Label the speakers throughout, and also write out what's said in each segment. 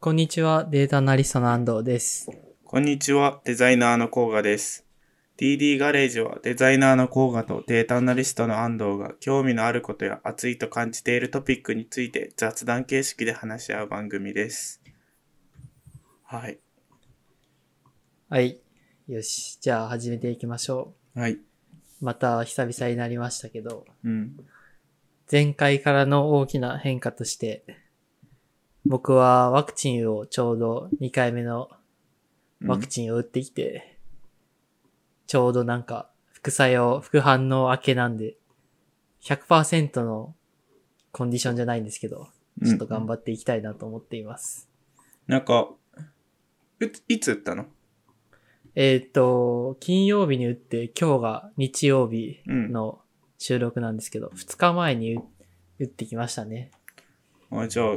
Speaker 1: こんにちは、データアナリストの安藤です。
Speaker 2: こんにちは、デザイナーの甲賀です。DD ガレージはデザイナーの甲賀とデータアナリストの安藤が興味のあることや熱いと感じているトピックについて雑談形式で話し合う番組です。はい。
Speaker 1: はい。よし。じゃあ始めていきましょ
Speaker 2: はい。
Speaker 1: う。また久々になりましたけど、
Speaker 2: うん。
Speaker 1: 前回からの大きな変化として、僕はワクチンをちょうど2回目のワクチンを打ってきて、ちょうどなんか副作用、副反応明けなんで、100%のコンディションじゃないんですけど、ちょっと頑
Speaker 2: っ
Speaker 1: 張っていきたいなと思っています。
Speaker 2: なんか、うついつ打ったの
Speaker 1: えーっと、金曜日に打って、今日が日曜日
Speaker 2: うん。
Speaker 1: の収録なんですけど、2日前に打打ってきましたね。
Speaker 2: あじゃあ、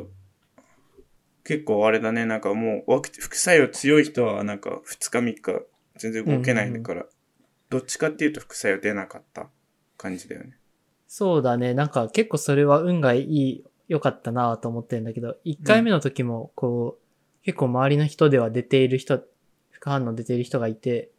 Speaker 2: 結構あれだね、なんかもうワクチン、副作用強い人はなんか2日3日全然動けないから、どっちかっていうと副作用出なかった感じだよね。
Speaker 1: そうだね、なんか結構それは運がいい、良かったなと思ってるんだけど、1回目の時も、こう、結構周りの人では出ている人、副反応出ている人がいて、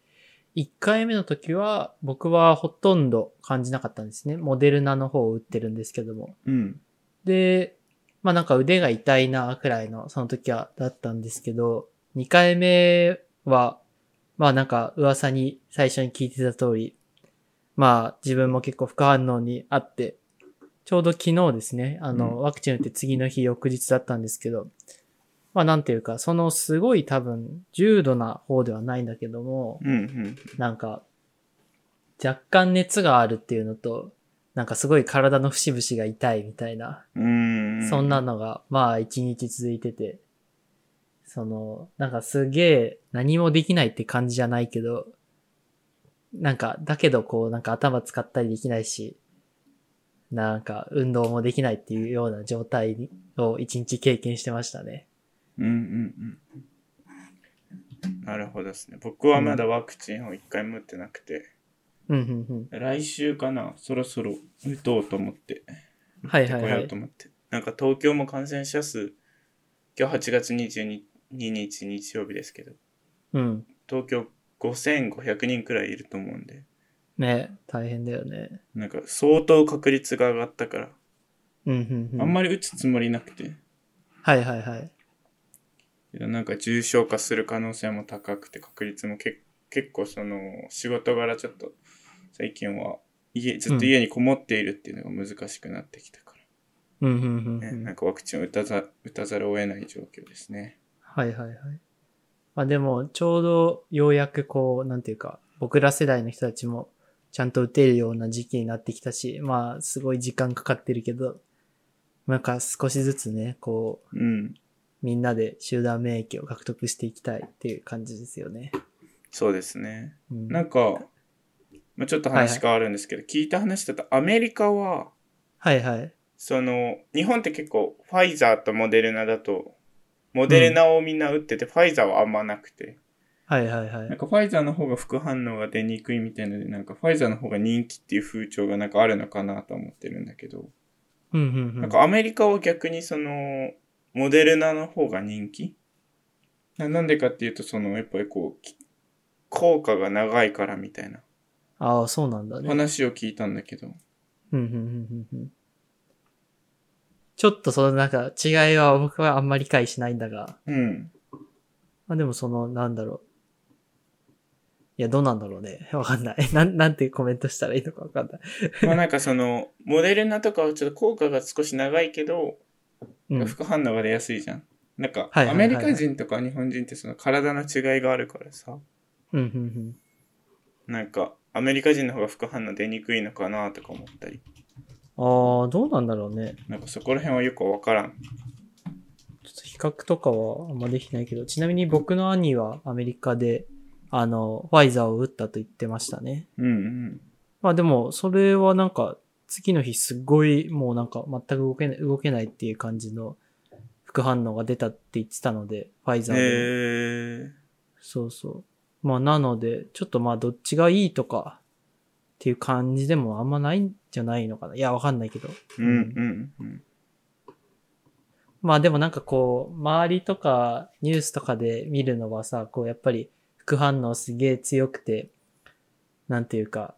Speaker 1: 1回目の時は僕はほとんど感じなかったんですね。モデルナの方を打ってるんですけども。
Speaker 2: うん。
Speaker 1: で、まあなんか腕が痛いなくらいの、その時は、だったんですけど、2回目は、まあなんか噂に最初に聞いてた通り、まあ自分も結構副反応にあって、ちょうど昨日ですね、あ
Speaker 2: う
Speaker 1: の、ワクチン打って次の日翌日だったんですけど、まあなんていうか、そのすごい多分重度な方ではないんだけども、
Speaker 2: うんうん。
Speaker 1: なんか、若干熱があるっていうのと、なんかすごい体の節々が痛いみたいな
Speaker 2: うーん。
Speaker 1: そんなのが、まあ、一日続いてて、その、なんかすげえ何もできないって感じじゃないけど、なんか、だけどこう、なんか頭使ったりできないし、なんか運動もできないっていうような状態を一日経験してましたね。
Speaker 2: うんうんうん。なるほどですね。僕はまだワクチンを1回も打ってなくて、
Speaker 1: うん、うん、
Speaker 2: 来週かな、そろそろ打とうと思って、
Speaker 1: うん。はい
Speaker 2: 打
Speaker 1: は
Speaker 2: って
Speaker 1: いは
Speaker 2: こよう
Speaker 1: い
Speaker 2: と。思って。なんか東京も感染者数、今日8月22日日曜日ですけど、
Speaker 1: うん。
Speaker 2: 東京5500人くらいいると思うんで、
Speaker 1: ね大変だよね。
Speaker 2: なんか相当確率が上がったから、
Speaker 1: うん、うん、うん。
Speaker 2: あんま
Speaker 1: り。
Speaker 2: り打つつもりなくて、
Speaker 1: はいはいはい。
Speaker 2: けどなんか重症化する可能性も高くて確率もけ結構その仕事柄ちょっと最近は家ずっと家にこもっているっていうのが難しくなってきたか
Speaker 1: うん、うん、うん
Speaker 2: ら、ね
Speaker 1: うん
Speaker 2: なん。かワクチンを打たざ打たざるを得ない状況ですね。
Speaker 1: はいはいはい。まあでも、ちょうどようやくこう、なんていうか、僕ら世代の人たちもちゃんと打てるような時期になってきたし、まあすごい時間かかってるけど、なんか少しずつね、こう、
Speaker 2: うん
Speaker 1: みんなで集団免疫を獲得していきたいっていう感じですよね。
Speaker 2: そうですね。
Speaker 1: うん、
Speaker 2: なんか、まあ、ちょっと話変わるんですけど、聞いた話だとアメリカは
Speaker 1: はいはい。
Speaker 2: その日本って結構ファイザーとモデルナだとモデルナをみんな打ってて、ファイザーはあんまなくて。
Speaker 1: はいはいは
Speaker 2: なん
Speaker 1: い。
Speaker 2: かファイザーの方が副反応が出にくいみたいので、なんかファイザーの方が人気っていう風潮がなんかあるのかなと思ってるんだけど、
Speaker 1: うんうんう
Speaker 2: なん
Speaker 1: ん。
Speaker 2: かアメリカは逆にその、モデルナの方が人気ななんでかっていうと、その、やっぱりこう、き効果が長いからみたいな
Speaker 1: ああ、そうなんだね。
Speaker 2: 話を聞いたんだけど、
Speaker 1: うんうんうんうんうんちょっとそのなんか違いは僕はあんまり理解しないんだが、
Speaker 2: うん。
Speaker 1: まあでもその、なんだろう。いや、どうなんだろうね。 わかんない。なん、なんてコメントしたらいいのかわかんない。
Speaker 2: まあなんかその、モデルナとかはちょっと効果が少し長いけど、
Speaker 1: うん。
Speaker 2: 副反応が出やすいじゃん。なんか、
Speaker 1: はいはいはい
Speaker 2: ア
Speaker 1: は
Speaker 2: メ
Speaker 1: い
Speaker 2: リカ人とか日本人ってその体の違いがあるからさ、
Speaker 1: うん、うん、
Speaker 2: なんか、アメリカ人の方が副反応出にくいのかなとか思ったり、
Speaker 1: うん。ああ、どうなんだろうね。
Speaker 2: なんかそこら辺はよくわからん。
Speaker 1: ちょっと比較とかはあんまできないけど、ちなみに僕の兄はアメリカで、あの、ファイザーを打ったと言ってましたね。
Speaker 2: うんうん。
Speaker 1: まあでも、それはなんか、次の日すっごい、もうなんか全く動けない、動けないっていう感じの副反応が出たって言ってたので、ファイザーでも。
Speaker 2: えー、
Speaker 1: そうそう。まあなので、ちょっとまあどっちがいいとかっていう感じでもあんまないんじゃないのかな。いや、わかんないけど。
Speaker 2: うんうんうん。
Speaker 1: まあでもなんかこう、周りとかニュースとかで見るのはさ、こうやっぱり副反応すげえ強くて、なんていうか、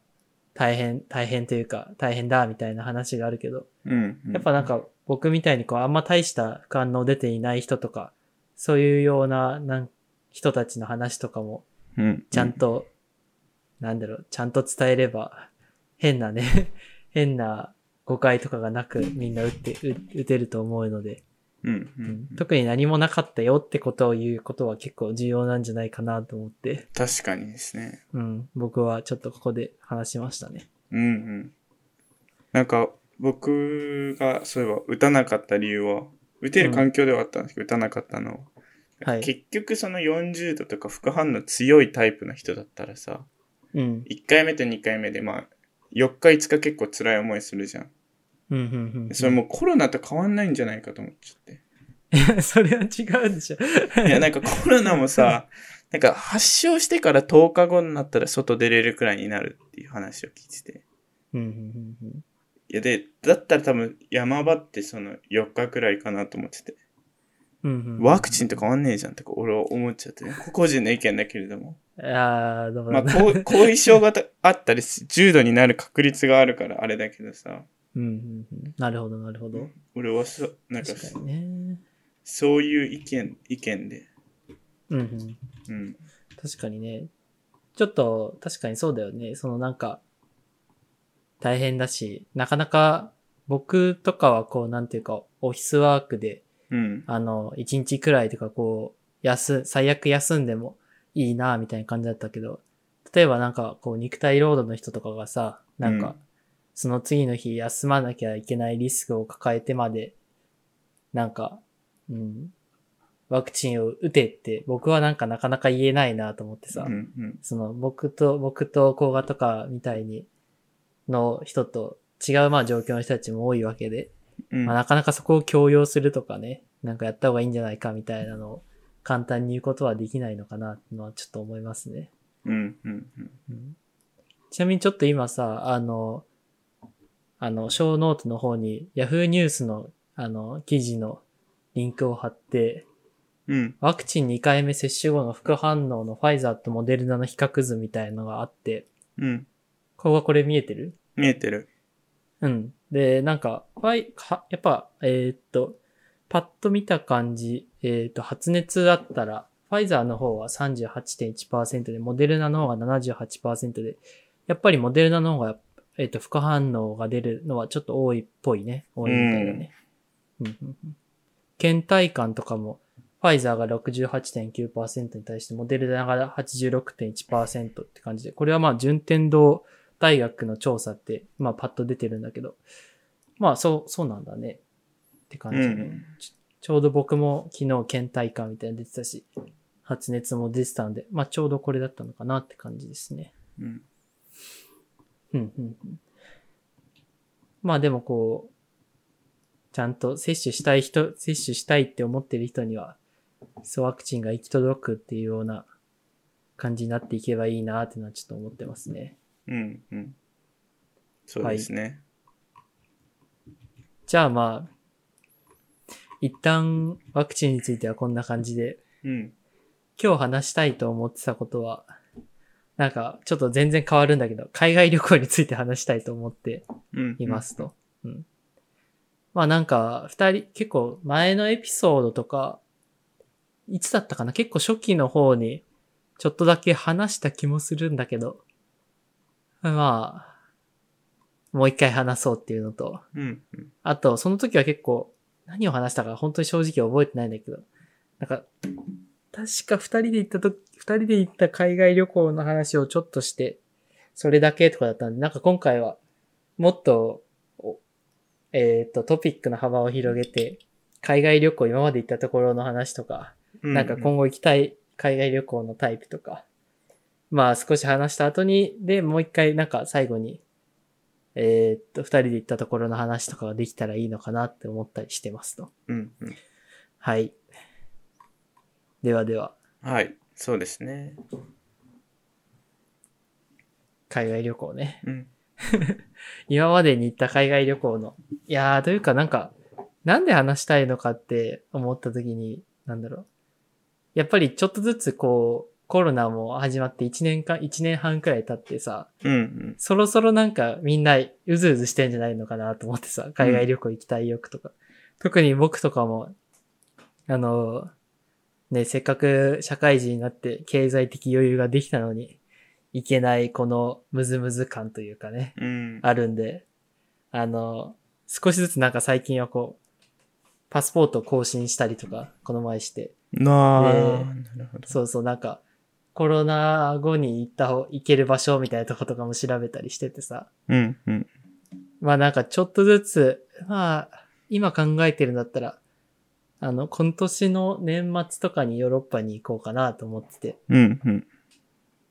Speaker 1: 大変、大変というか、大変だみたいな話があるけど、
Speaker 2: うん。
Speaker 1: やっぱなんか僕みたいにこうあんま大した副反応出ていない人とか、そういうようななん人たちの話とかも
Speaker 2: うん、
Speaker 1: ちゃんと、なんだろう、ちゃんと伝えれば、変なね、 変な誤解とかがなくみんな打って、打打てると思うので、
Speaker 2: うん。うん。うん。
Speaker 1: 特に何もなかったよってことを言うことは結構重要なんじゃないかなと思って、
Speaker 2: 確かにですね。
Speaker 1: うん、僕はちょっとここで話しましたね。
Speaker 2: うんうん。なんか、僕が、そういえば、打たなかった理由は、打てる環境ではあったんですけど、打たなかったのは、
Speaker 1: はい
Speaker 2: 結局その40度とか副反応強いタイプの人だったらさ、
Speaker 1: うん。
Speaker 2: 1回目と2回目で、まあ、4日5日結構辛い思いするじゃん。
Speaker 1: うん、うん、うん。
Speaker 2: それもうコロナと変わんないんじゃないかと思っちゃっ て。
Speaker 1: それは違うでしょ。
Speaker 2: いや、なんかコロナもさ、 なんか発症してから10日後になったら外出れるくらいになるっていう話を聞いてて。
Speaker 1: うん、うん、うん。
Speaker 2: いや、で、だったら多分山場ってその4日くらいかなと思ってて、
Speaker 1: うんうんうん、
Speaker 2: ワクチンと変わんねえじゃんとか俺は思っちゃって、ね、個人の意見だけれども。
Speaker 1: ああ、どうも
Speaker 2: まあ、後後遺症がたあったりし、重度になる確率があるからあれだけどさ、
Speaker 1: うん、うん、うん。なるほど、なるほど。
Speaker 2: 俺はそ、なんか、
Speaker 1: 確かにね。
Speaker 2: そういう意見、意見で。
Speaker 1: うん、うん。
Speaker 2: うん。
Speaker 1: 確かにね。ちょっと、確かにそうだよね。そのなんか、大変だし、なかなか僕とかはこう、なんていうか、オフィスワークで、
Speaker 2: うん。
Speaker 1: あの、一日くらいとかこう、休、最悪休んでもいいな、みたいな感じだったけど、例えばなんかこう、肉体労働の人とかがさ、なん
Speaker 2: うん
Speaker 1: か、その次の日休まなきゃいけないリスクを抱えてまで、なんか、うん、ワクチンを打てって、僕はなんかなかなか言えないなと思ってさ、
Speaker 2: うんうん。
Speaker 1: その僕と、僕と甲賀とかみたいに、の人と違うまあ状況の人たちも多いわけで、
Speaker 2: うん
Speaker 1: まあ、なかなかそこを強要するとかね、なんかやった方がいいんじゃないかみたいなのを簡単に言うことはできないのかなってのはちょっと思いますね。
Speaker 2: うんうんうん。
Speaker 1: ちなみにちょっと今さ、あの、あの、ショーノートの方に Yahoo ニュースのあの、記事のリンクを貼って、
Speaker 2: うん。
Speaker 1: ワクチン2回目接種後の副反応のファイザーとモデルナの比較図みたいのがあって、
Speaker 2: うん。
Speaker 1: ここがこれ見えてる
Speaker 2: 見えてる。
Speaker 1: うん。で、なんか、ファイ、はやっぱ、えーっと、パッと見た感じ、えーっと、発熱あったら、ファイザーの方は38.1%で、モデルナの方が78%で、やっぱりモデルナの方が、えーっと、副反応が出るのはちょっと多いっぽいね。多いみたいだね。うんうんうん倦怠感とかも、ファイザーが68.9%に対して、モデルナが86.1%って感じで、これはまあ、順天堂大学の調査って、まあ、パッと出てるんだけど、まあ、そう、そうなんだね。って感じだね。
Speaker 2: うん
Speaker 1: ちちょうど僕も昨日倦怠感みたいなの出てたし、発熱も出てたんで、まあ、ちょうどこれだったのかなって感じですね。
Speaker 2: うん。
Speaker 1: うんうんうん。まあでもこう、ちゃんと接種したい人、接種したいって思ってる人には、そうワクチンが行き届くっていうような感じになっていけばいいなってのはちょっと思ってますね。
Speaker 2: うんうん。そうですね。
Speaker 1: じゃあまあ、一旦ワクチンについてはこんな感じで、
Speaker 2: うん。
Speaker 1: 今日話したいと思ってたことは、なんかちょっと全然変わるんだけど、海外旅行について話したいと思って、
Speaker 2: うん。
Speaker 1: いま。すと。うん。まあなんか、二人、結構前のエピソードとか、いつだったかな結構初期の方に、ちょっとだけ話した気もするんだけど、まあ、もう一回話そうっていうのと、
Speaker 2: うん。うん
Speaker 1: あと、その時は結構、何を話したか本当に正直覚えてないんだけど、なんか、確か二人で行ったとき、二人で行った海外旅行の話をちょっとして、それだけとかだったんで、なんか今回は、もっと、おえっ、と、トピックの幅を広げて、海外旅行今まで行ったところの話とか、
Speaker 2: う
Speaker 1: なんか今後行きたい海外旅行のタイプとか、まあ少し話した後に、で、もう一回なんか最後に、えーっと、二人で行ったところの話とかができたらいいのかなって思ったりしてますと。
Speaker 2: うんうん。
Speaker 1: はい。ではでは、
Speaker 2: はい。そうですね。
Speaker 1: 海外旅行ね。
Speaker 2: うん。
Speaker 1: 今までに行った海外旅行の、いやー、というかなんか、なんで話したいのかって思った時に、なんだろう。やっぱりちょっとずつこう、コロナも始まって1年か、1年半くらい経ってさ、
Speaker 2: うんうん。
Speaker 1: そろそろなんかみんなうずうずしてんじゃないのかなと思ってさ、海外旅行行きたい欲とか。特に僕とかも、あの、ね、せっかく社会人になって経済的余裕ができたのに、行けないこのムズムズ感というかね、
Speaker 2: うん。
Speaker 1: あるんで、あの、少しずつなんか最近はこう、パスポート更新したりとか、この前して、
Speaker 2: なあ、
Speaker 1: で
Speaker 2: なるほど。
Speaker 1: そうそう、なんか、コロナ後に行った方、行ける場所みたいなとことかも調べたりしててさ。
Speaker 2: うんうん。
Speaker 1: まあなんかちょっとずつ、まあ、今考えてるんだったら、あの、今年の年末とかにヨーロッパに行こうかなと思ってて、
Speaker 2: うんうん。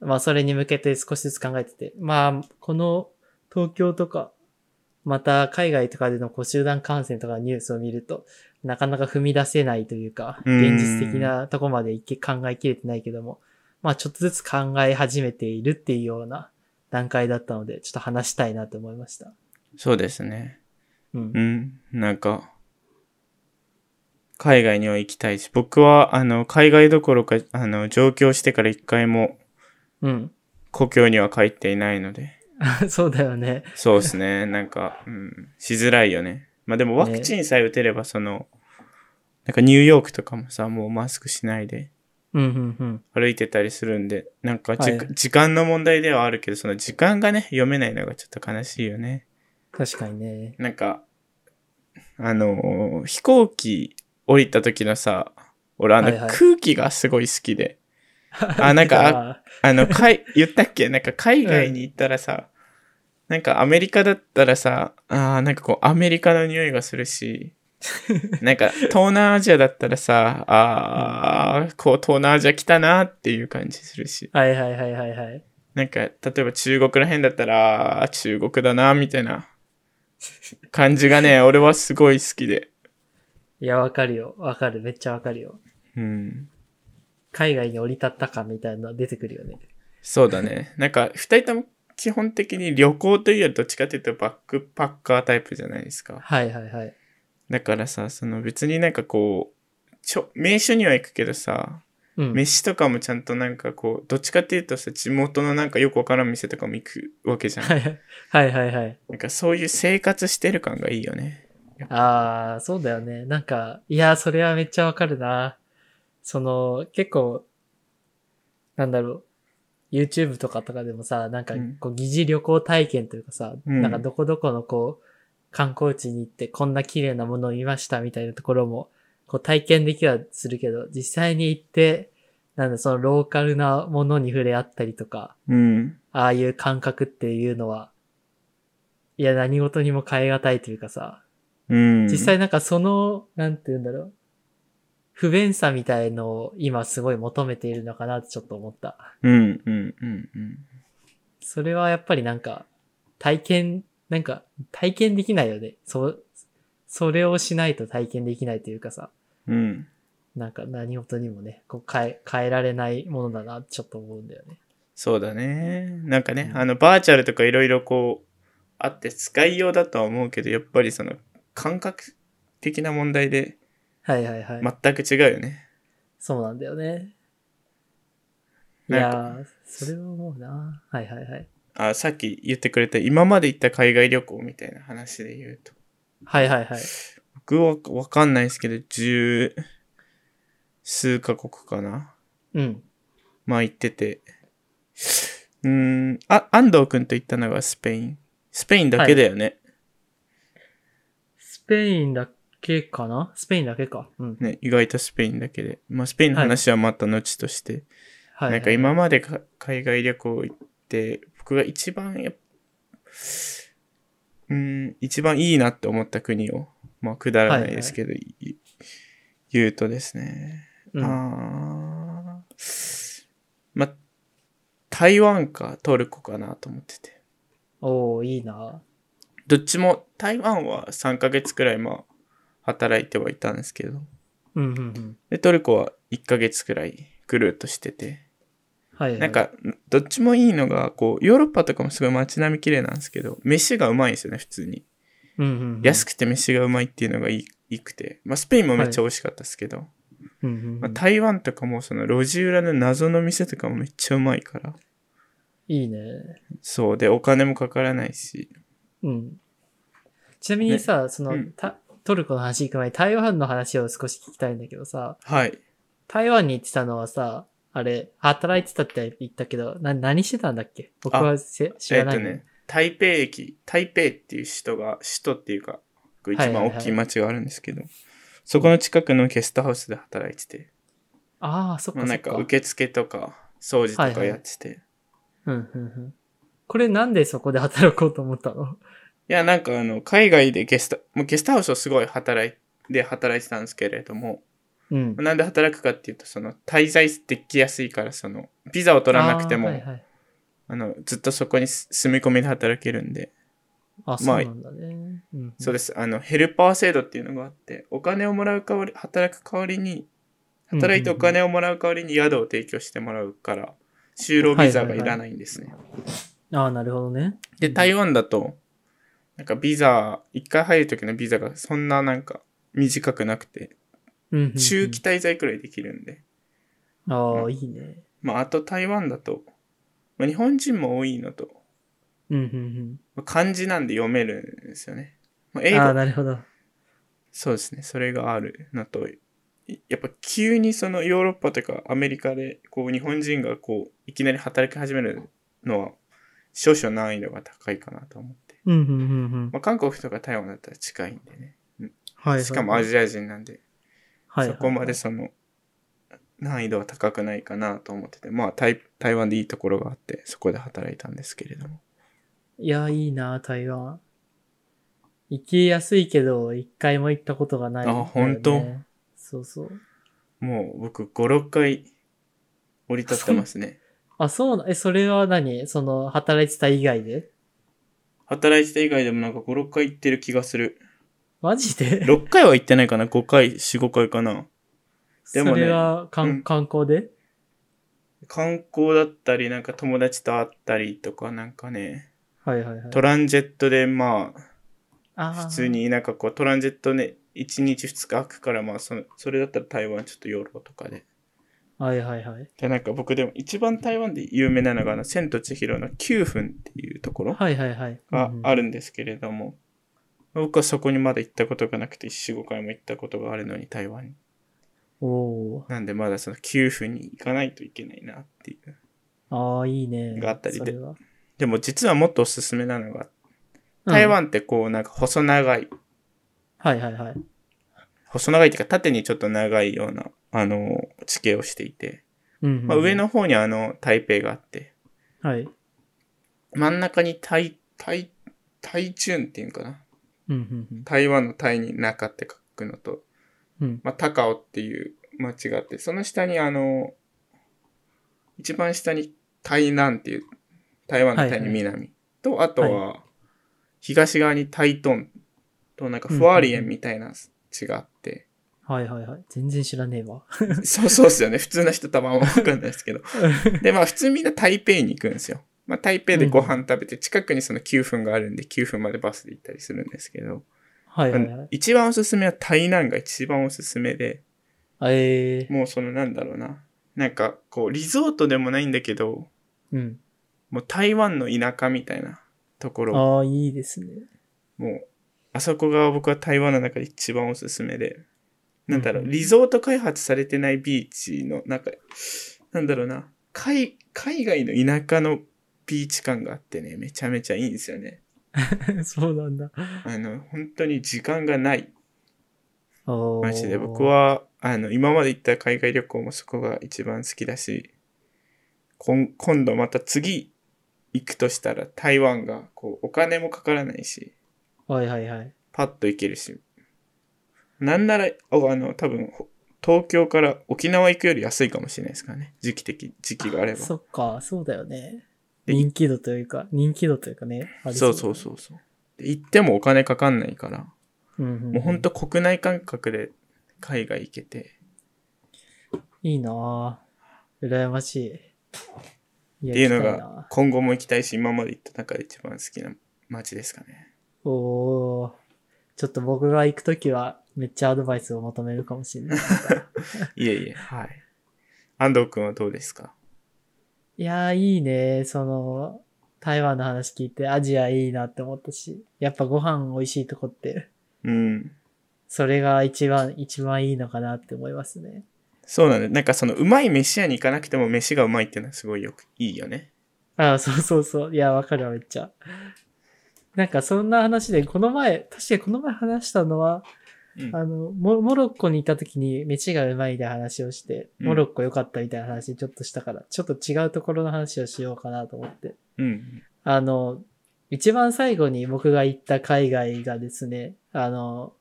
Speaker 1: まあそれに向けて少しずつ考えてて、まあ、この東京とか、また海外とかでのこう集団感染とかニュースを見ると、なかなか踏み出せないというか、
Speaker 2: うん
Speaker 1: 現実的なとこまでいけ考えきれてないけども、まあちょっとずつ考え始めているっていうような段階だったので、ちょっと話したいなと思いました。
Speaker 2: そうですね。
Speaker 1: うん
Speaker 2: う。ん。なんか、海外には行きたいし、僕は、あの、海外どころか、あの、上京してから一回も
Speaker 1: うん。
Speaker 2: 故郷には帰っていないので、
Speaker 1: そうだよね。
Speaker 2: そうです ね。なんか、うん、しづらいよね。まあでもワクチンさえ打てれば、その、なんかニューヨークとかもさ、もうマスクしないで
Speaker 1: うんうんうん。
Speaker 2: 歩いてたりするんで、なんかじ、
Speaker 1: はい
Speaker 2: 時間の問題ではあるけど、その時間がね、読めないのがちょっと悲しいよね。
Speaker 1: 確かにね。
Speaker 2: なんか、あのー飛行機降りた時のさ、俺あの
Speaker 1: はいはい
Speaker 2: 空気がすごい好きで、あなん か
Speaker 1: あ
Speaker 2: あの、かい、言ったっけなんか海外に行ったらさ、なんかアメリカだったらさ、あーなんかこうアメリカの匂いがす るし、なんか東南アジアだったらさ、あーこう東南アジア来たなっていう感じするし、
Speaker 1: はいはいはいはいはい。
Speaker 2: なんか例えば中国ら辺だったら、あー中国だなみたいな感じが ね、俺はすごい好きで。
Speaker 1: いや、わかるよ。わかる。めっちゃわかるよ。
Speaker 2: うん。
Speaker 1: 海外に降り立った感みたいなの出てくるよね。
Speaker 2: そうだね。 なんか二人とも基本的に旅行というよりどっちかというとバックパッカータイプじゃないですか。
Speaker 1: はいはいはい。
Speaker 2: だからさ、その別になんかこう、ちょ、名所には行くけどさ、
Speaker 1: うん。
Speaker 2: 飯とかもちゃんとなんかこう、どっちかっていうとさ、地元のなんかよくわからん店とかも行くわけじゃん。
Speaker 1: はいはいはいはいはい。
Speaker 2: なんかそういう生活してる感がいいよね。
Speaker 1: ああ、そうだよね。なんか、いや、それはめっちゃわかるな。その、結構、なんだろう。YouTube とかとかでもさ、なんか
Speaker 2: うん、
Speaker 1: こう、疑似旅行体験というかさ、
Speaker 2: うん
Speaker 1: なんかどこどこのこう、観光地に行ってこんな綺麗なものを見ましたみたいなところも、こう体験できはするけど、実際に行って、なんだ、そのローカルなものに触れ合ったりとか、
Speaker 2: うん。
Speaker 1: ああいう感覚っていうのは、いや、何事にも変え難いというかさ、
Speaker 2: うん。
Speaker 1: 実際なんかその、なんて言うんだろう。不便さみたいのを今すごい求めているのかなってちょっと思った。
Speaker 2: うん、うん、うん、うん。
Speaker 1: それはやっぱりなんか、体験、なんか、体験できないよね。そう、それをしないと体験できないというかさ、
Speaker 2: うん。
Speaker 1: なんか何事にもね、こう変え、変えられないものだなってちょっと思うんだよね。
Speaker 2: そうだね。なんかね、あの、バーチャルとかいろいろこう、あって使いようだとは思うけど、やっぱりその、感覚的な問題で
Speaker 1: はいはいはい。
Speaker 2: 全く違うよね。
Speaker 1: そうなんだよね。い
Speaker 2: な
Speaker 1: や
Speaker 2: んか
Speaker 1: ー、それは思うな。はいはいはい。
Speaker 2: あさっき言ってくれた今まで行った海外旅行みたいな話で言うと
Speaker 1: はいはいはい。
Speaker 2: 僕はわかんないですけど十数カ国かな
Speaker 1: うん。
Speaker 2: まあ行っててうーんあ安藤君と行ったのがスペインスペインだけだよね,、
Speaker 1: スペインだけかなスペインだけか。うん。
Speaker 2: ね意外とスペインだけでまあスペインの話はまた後として、
Speaker 1: はい。
Speaker 2: なんか今までか海外旅行行って、僕が一番やっ、うん、一番いいなって思った国を、まあくだらないですけど、い言うとですね、
Speaker 1: うん、
Speaker 2: あーまあ、台湾かトルコかなと思ってて。
Speaker 1: おー、いいな。
Speaker 2: どっちも台湾は3ヶ月くらいまあ働いてはいたんですけど、
Speaker 1: うんうんうん。
Speaker 2: でトルコは1ヶ月くらいぐるっとしてて、
Speaker 1: はい、はい。
Speaker 2: なん、か、どっちもいいのが、こう、ヨーロッパとかもすごい街並み綺麗なんですけど、飯がうまいんですよね、普通に。
Speaker 1: うんうんうん。
Speaker 2: 安
Speaker 1: く。
Speaker 2: くて飯がうまいっていうのがいいいいくて、まあ、スペインもめっちゃ美味しかったですけど、
Speaker 1: うんうんう
Speaker 2: まあ、
Speaker 1: ん、
Speaker 2: 台湾とかもその路地裏の謎の店とかもめっちゃうまいから
Speaker 1: いいね。
Speaker 2: そうでお金もかからないし
Speaker 1: うん。ちなみにさ、その、
Speaker 2: うん
Speaker 1: たトルコの話行く前に台湾の話を少し聞きたいんだけどさ、
Speaker 2: はい
Speaker 1: 台湾に行ってたのはさ、あれ、働いてたって言ったけど、な、何してたんだっけ僕はせ知
Speaker 2: え
Speaker 1: ら
Speaker 2: っ
Speaker 1: ない
Speaker 2: と
Speaker 1: の、
Speaker 2: ね台北駅台北っていう首都が首都っていうか一
Speaker 1: はいはい
Speaker 2: 番
Speaker 1: はい
Speaker 2: 大きい町があるんですけど、そこの近くのゲストハウスで働いてて、
Speaker 1: ああ、そっ
Speaker 2: ま
Speaker 1: か
Speaker 2: あ、
Speaker 1: そ
Speaker 2: な
Speaker 1: っ
Speaker 2: ん
Speaker 1: か。
Speaker 2: か受付とか掃除とかやってて、い
Speaker 1: うんうんうん。これなんでそこで働こうと思ったの
Speaker 2: やなんかあの海外でゲストもうゲストハウスをすごい働いで働いてたんですけれども、
Speaker 1: うん。
Speaker 2: なんで働くかっていうと、その、滞在できやすいから、その、ビザを取らなくても、あ,、
Speaker 1: あーはいはい、
Speaker 2: の、ずっとそこにす住み込みで働けるんで、
Speaker 1: あ、そうなんだね。うん、で
Speaker 2: そうです、あの、ヘルパー制度っていうのがあって、お金をもらう代わり、働く代わりに、
Speaker 1: うんうんうん
Speaker 2: 働いてお金をもらう代わりに宿を提供してもらうから、就労ビザがいらないんですね。
Speaker 1: す。ああ、なるほどね。
Speaker 2: で、台湾だと、なんかビザ、一回入る時のビザがそんななんか短くなくて、
Speaker 1: うんうんうん
Speaker 2: 中期滞在くらいできるんで、
Speaker 1: ああ、いいね。
Speaker 2: まあ、あと台湾だと、まあ、日本人も多いのと、
Speaker 1: うんうん
Speaker 2: まあ漢字なんで読めるんですよね。まあ、
Speaker 1: う
Speaker 2: 英
Speaker 1: ん。ああ、
Speaker 2: 語、
Speaker 1: なるほど。
Speaker 2: そうですね、それがあるのと、いやっぱ急にそのヨーロッパとかアメリカで、こう日本人がこう、いきなり働き始めるのは、少々難易度が高いかなと思って。
Speaker 1: うんうんうんうん。
Speaker 2: まあ、韓国とか台湾だったら近いんでね。
Speaker 1: はい、
Speaker 2: しかもア、ジア人なんで、
Speaker 1: はいはい、
Speaker 2: そこまでその、難易度は高くないかなと思ってて、まあ台台湾でいいところがあって、そこで働いたんですけれども。
Speaker 1: いや、いいな、台湾。行きやすいけど、一回も行ったことがない、
Speaker 2: あほんと
Speaker 1: そうそう。
Speaker 2: もう僕5、6回降り立ってます ね。
Speaker 1: あ、そうな、え、それは何その、働いてた以外で
Speaker 2: 働いてた以外でもなんか5、6回行ってる気がする。
Speaker 1: マジで
Speaker 2: 6回は行ってないかな ?5 回、4、5回かな。でも
Speaker 1: そ
Speaker 2: ね
Speaker 1: れは観、
Speaker 2: うん
Speaker 1: 観光で
Speaker 2: 観光だったり、なんか友達と会ったりとか、なんかね、
Speaker 1: はいはいはい。
Speaker 2: トランジェットでま
Speaker 1: あ
Speaker 2: あ、
Speaker 1: ー
Speaker 2: 普通。になんかこう、トランジェットね、1日2日空くから、まあその、それだったら台湾ちょっとヨーロッパとかで。
Speaker 1: はいはいはい。
Speaker 2: で、なんか僕でも一番台湾で有名なのが、あの、千と千尋の9分っていうところ
Speaker 1: はいはいはい。
Speaker 2: が
Speaker 1: うんうん
Speaker 2: あるんですけれども、僕はそこにまだ行ったことがなくて、4、5回も行ったことがあるのに、台湾に。
Speaker 1: おお
Speaker 2: なんでまだその給付に行かないといけないなっていう。
Speaker 1: ー。ああ、いいね。
Speaker 2: があったりで
Speaker 1: それは
Speaker 2: でも実はもっとおすすめなのが、台、
Speaker 1: うん
Speaker 2: 湾ってこうなんか細長い、
Speaker 1: はいはいはい。
Speaker 2: 細長いっていうか縦にちょっと長いような、あの、地形をしていて、
Speaker 1: うんうんうん
Speaker 2: まあ、上。の方にあの、台北があって、
Speaker 1: はい。
Speaker 2: 真ん中に台、台、台中っていうのかな。
Speaker 1: うんうん
Speaker 2: 台湾の台に中って書くのと、
Speaker 1: うん。うん。
Speaker 2: まあ、高尾っていう町があって、その下にあの、一番下に台南っていう、台湾の台に南、と、あとは、東側に台東と、なんか
Speaker 1: うん
Speaker 2: フワーリエンみたいな地があって、
Speaker 1: はいはいはい。全然知らねえ わ。
Speaker 2: そうそうっすよね。普通の人たまわかんないです けど。で、まあ普通みんな台北に行くんですよ。まあ台北でご飯食べて、近くにその9分があるんで、9分までバスで行ったりするんですけど、
Speaker 1: はいはいはい。
Speaker 2: 一番おすすめは台南が一番おすすめで、
Speaker 1: ええ
Speaker 2: もうそのなんだろうな。なんかこうリゾートでもないんだけど、
Speaker 1: うん。
Speaker 2: もう台湾の田舎みたいなところ、
Speaker 1: ああ、いいですね。
Speaker 2: もうあそこが僕は台湾の中で一番おすすめで、なんだろ
Speaker 1: うんう
Speaker 2: う、
Speaker 1: ん
Speaker 2: リゾート開発されてないビーチの中、なんだろうな、海、海外の田舎のビーチ感があってね、めちゃめちゃいいんですよね。
Speaker 1: そうなんだ。
Speaker 2: あの、本当に時間がない。
Speaker 1: おー
Speaker 2: マジで僕。は、あの、今まで行った海外旅行もそこが一番好きだし、今今度また次行くとしたら台湾が、こう、お金もかからないし、
Speaker 1: はいはいはい。
Speaker 2: パッと行けるし、なんなら、おあの、多分、ほ東京から沖縄行くより安いかもしれないですからね。時期的、時期があれば。
Speaker 1: そっか、そうだよね。
Speaker 2: で
Speaker 1: 人気度というか、人気度というかね。あり
Speaker 2: そうそうそうそう。で行ってもお金かかんないから、
Speaker 1: う。うんうん、
Speaker 2: もうほんと国内感覚で海外行けて、
Speaker 1: いいなぁ。羨ましい。い
Speaker 2: っ
Speaker 1: や
Speaker 2: ていうの
Speaker 1: 行きた
Speaker 2: が
Speaker 1: な
Speaker 2: 今後も行きたいし今まで行った中で一番好きな街ですかね。
Speaker 1: おーちょっと僕が行くときはめっちゃアドバイスを求めるかもしれない。
Speaker 2: いえいえ、はい。安藤くんはどうですか
Speaker 1: いやー、いいね。その、台湾の話聞いてアジアいいなって思ったし、やっぱご飯美味しいとこって、
Speaker 2: うん。
Speaker 1: それが一番、一番いいのかなって思いますね。
Speaker 2: そうなんだ。なんかその、うまい飯屋に行かなくても飯がうまいっていうのはすごいよく、いいよね。
Speaker 1: ああ、そうそうそう。いや、わかるわ、めっちゃ。なんかそんな話で、この前、確かこの前話したのは、
Speaker 2: うん
Speaker 1: あの、モモロッコにいた時に飯がうまいみたいな話をして、
Speaker 2: うん
Speaker 1: モロッコ良かったみたいな話ちょっとしたから、ちょっと違うところの話をしようかなと思って。
Speaker 2: うん。
Speaker 1: あの、一番最後に僕が行った海外がですね、あの、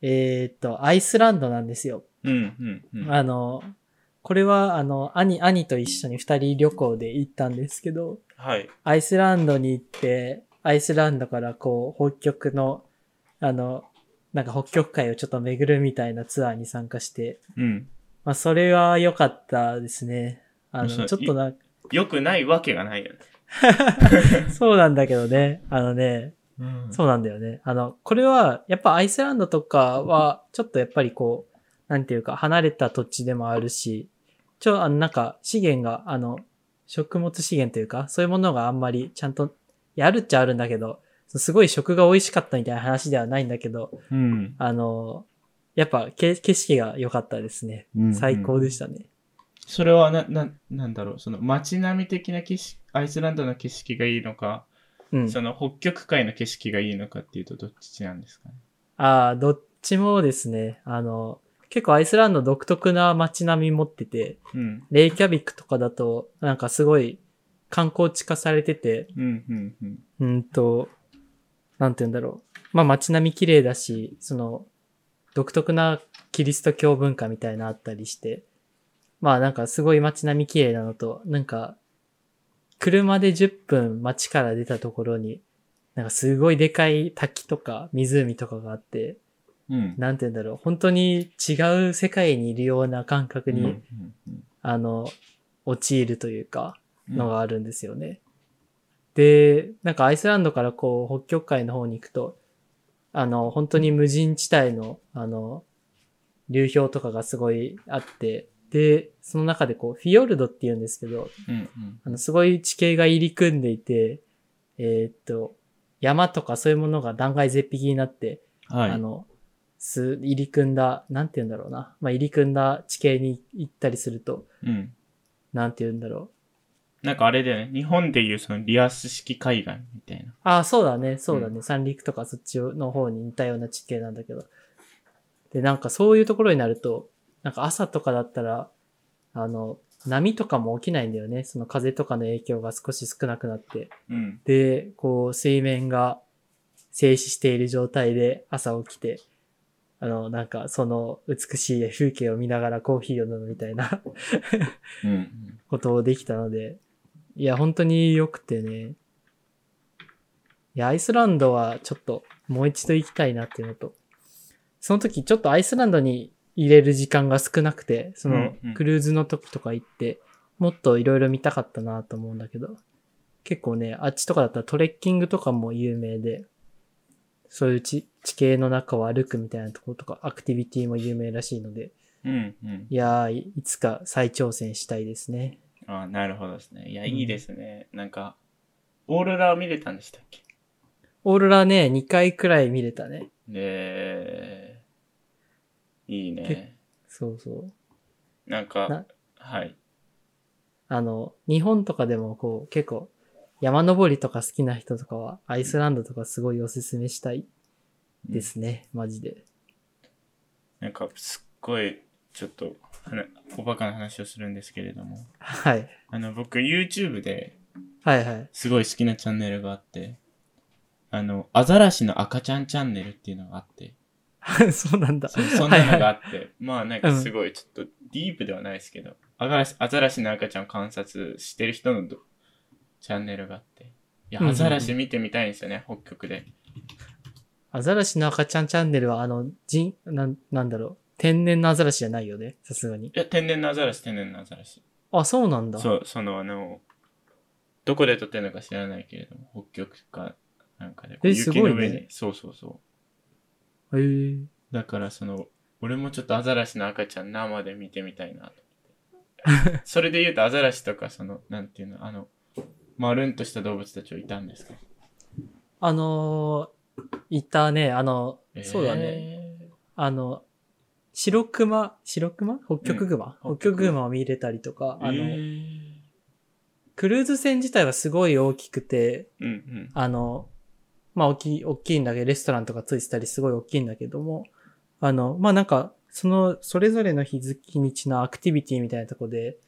Speaker 1: えーっと、アイスランドなんですよ。
Speaker 2: うん。うん。うん。
Speaker 1: あの、これは、あの、兄、兄と一緒に二人旅行で行ったんですけど、
Speaker 2: はい。
Speaker 1: アイスランドに行って、アイスランドからこう、北極の、あの、なんか北極海をちょっと巡るみたいなツアーに参加して、
Speaker 2: うん。
Speaker 1: まあ、それは良かったですね。あの、
Speaker 2: そう
Speaker 1: ちょっとなんか、
Speaker 2: よくないわけがないよね。
Speaker 1: そうなんだけどね、あのね、
Speaker 2: うん
Speaker 1: そうなんだよね。あの、これは、やっぱアイスランドとかは、ちょっとやっぱりこう、なんていうか、離れた土地でもあるし、ちょ、あの、なんか、資源が、あの、食物資源というか、そういうものがあんまりちゃんと、いやあるっちゃあるんだけど、すごい食が美味しかったみたいな話ではないんだけど、
Speaker 2: うん。
Speaker 1: あの、やっぱけ景色が良かったですね。
Speaker 2: うん
Speaker 1: 最高でしたね。
Speaker 2: それはな、な、なんだろう、その街並み的な景色、アイスランドの景色がいいのか、
Speaker 1: うん。
Speaker 2: その北極海の景色がいいのかっていうとどっちなんですかね。
Speaker 1: ああ、どっちもですね、あの、結構アイスランド独特な街並み持ってて、
Speaker 2: うん。
Speaker 1: レイキャビックとかだと、なんかすごい観光地化されてて、
Speaker 2: うん、うん、うん。
Speaker 1: うんと、なんて言うんだろう。まあ街並み綺麗だし、その、独特なキリスト教文化みたいなあったりして、まあなんかすごい街並み綺麗なのと、なんか、車で10分街から出たところに、なんかすごいでかい滝とか湖とかがあって、
Speaker 2: うん。
Speaker 1: なんて言うんだろう。本当に違う世界にいるような感覚に、
Speaker 2: うんうん
Speaker 1: あの、陥るというか、
Speaker 2: うん
Speaker 1: のがあるんですよね。で、なんかアイスランドからこう北極海の方に行くと、あの、本当に無人地帯の、あの、流氷とかがすごいあって、で、その中でこう、フィヨルドって言うんですけど、
Speaker 2: うん、
Speaker 1: あの、すごい地形が入り組んでいて、えーっと、山とかそういうものが断崖絶壁になって、
Speaker 2: うん。はい。
Speaker 1: あの、す、入り組んだ、なんて言うんだろうな。まあ、入り組んだ地形に行ったりすると、
Speaker 2: うん。
Speaker 1: なんて言うんだろう。
Speaker 2: なんかあれだよね、日本でいうそのリアス式海岸みたいな。
Speaker 1: ああ、そうだね、そうだね。三陸とかそっちの方に似たような地形なんだけど。で、なんかそういうところになると、なんか朝とかだったら、あの、波とかも起きないんだよね。その風とかの影響が少し少なくなって。
Speaker 2: うん。
Speaker 1: で、こう、水面が静止している状態で朝起きて、あの、なんかその美しい風景を見ながらコーヒーを飲むみたいな
Speaker 2: うん。
Speaker 1: ことをできたので、いや、本当に良くてね。いや、アイスランドはちょっともう一度行きたいなっていうのと、その時ちょっとアイスランドに入れる時間が少なくて、その
Speaker 2: うんうん
Speaker 1: クルーズの時とか行って、もっといろいろ見たかったなと思うんだけど、結構ね、あっちとかだったらトレッキングとかも有名で、そういう地地形の中を歩くみたいなところとか、アクティビティも有名らしいので、
Speaker 2: うん。うん
Speaker 1: い。やー、いいつか再挑戦したいですね。
Speaker 2: あなるほどですね。いや、いいですね。なんか、オーロラを見れたんでしたっけ
Speaker 1: オーロラね、2回くらい見れたね。
Speaker 2: で、いいね
Speaker 1: け。そうそう。
Speaker 2: なんか、
Speaker 1: な
Speaker 2: はい。
Speaker 1: あの、日本とかでもこう、結構、山登りとか好きな人とかは、アイスランドとかすごいおすすめしたいですね。マジで。
Speaker 2: なんか、すっごい、ちょっと、はなおバカな話をするんですけれども、
Speaker 1: はい。
Speaker 2: あの、僕、YouTube で
Speaker 1: はいはい。
Speaker 2: すごい好きなチャンネルがあって、あの、アザラシの赤ちゃんチャンネルっていうのがあって、
Speaker 1: そうなんだ。
Speaker 2: そそんなのがあ
Speaker 1: はいはい
Speaker 2: って、まあなんかすごいちょっとディープではないですけど、アザラシアザラシの赤ちゃんを観察してる人のどチャンネルがあって、いや、
Speaker 1: うんうんう
Speaker 2: ア
Speaker 1: ん
Speaker 2: ザラシ見てみたいんですよね、北極で。
Speaker 1: アザラシの赤ちゃんチャンネルは、あの、人、なん、なんだろう。天然のアザラシじゃないよね。さすがに。
Speaker 2: いや、天然のアザラシ、天然のアザラシ。
Speaker 1: あ、そうなんだ。
Speaker 2: そう、そのあの、どこで撮ってるのか知らないけれども、北極かなんかで、
Speaker 1: え
Speaker 2: 雪の上
Speaker 1: すごい
Speaker 2: に、
Speaker 1: ね
Speaker 2: そうそうそう。
Speaker 1: へえ。
Speaker 2: だからその、俺もちょっとアザラシの赤ちゃん生で見てみたいなと思 って。それで言うとアザラシとかその、なんていうの、あの、まるんとした動物たちはいたんですか
Speaker 1: あのー、いたね、あの、
Speaker 2: えー
Speaker 1: そうだね。あの、白熊、白熊北極熊、
Speaker 2: うん
Speaker 1: 北極熊を見れたりとか、あの、
Speaker 2: えー
Speaker 1: クルーズ船自体はすごい大きくて、
Speaker 2: うんうん。
Speaker 1: あの、まあ、大きい、大きいんだけど、レストランとかついてたりすごい大きいんだけども、あの、まあ、なんか、その、それぞれの日付日のアクティビティみたいなとこで、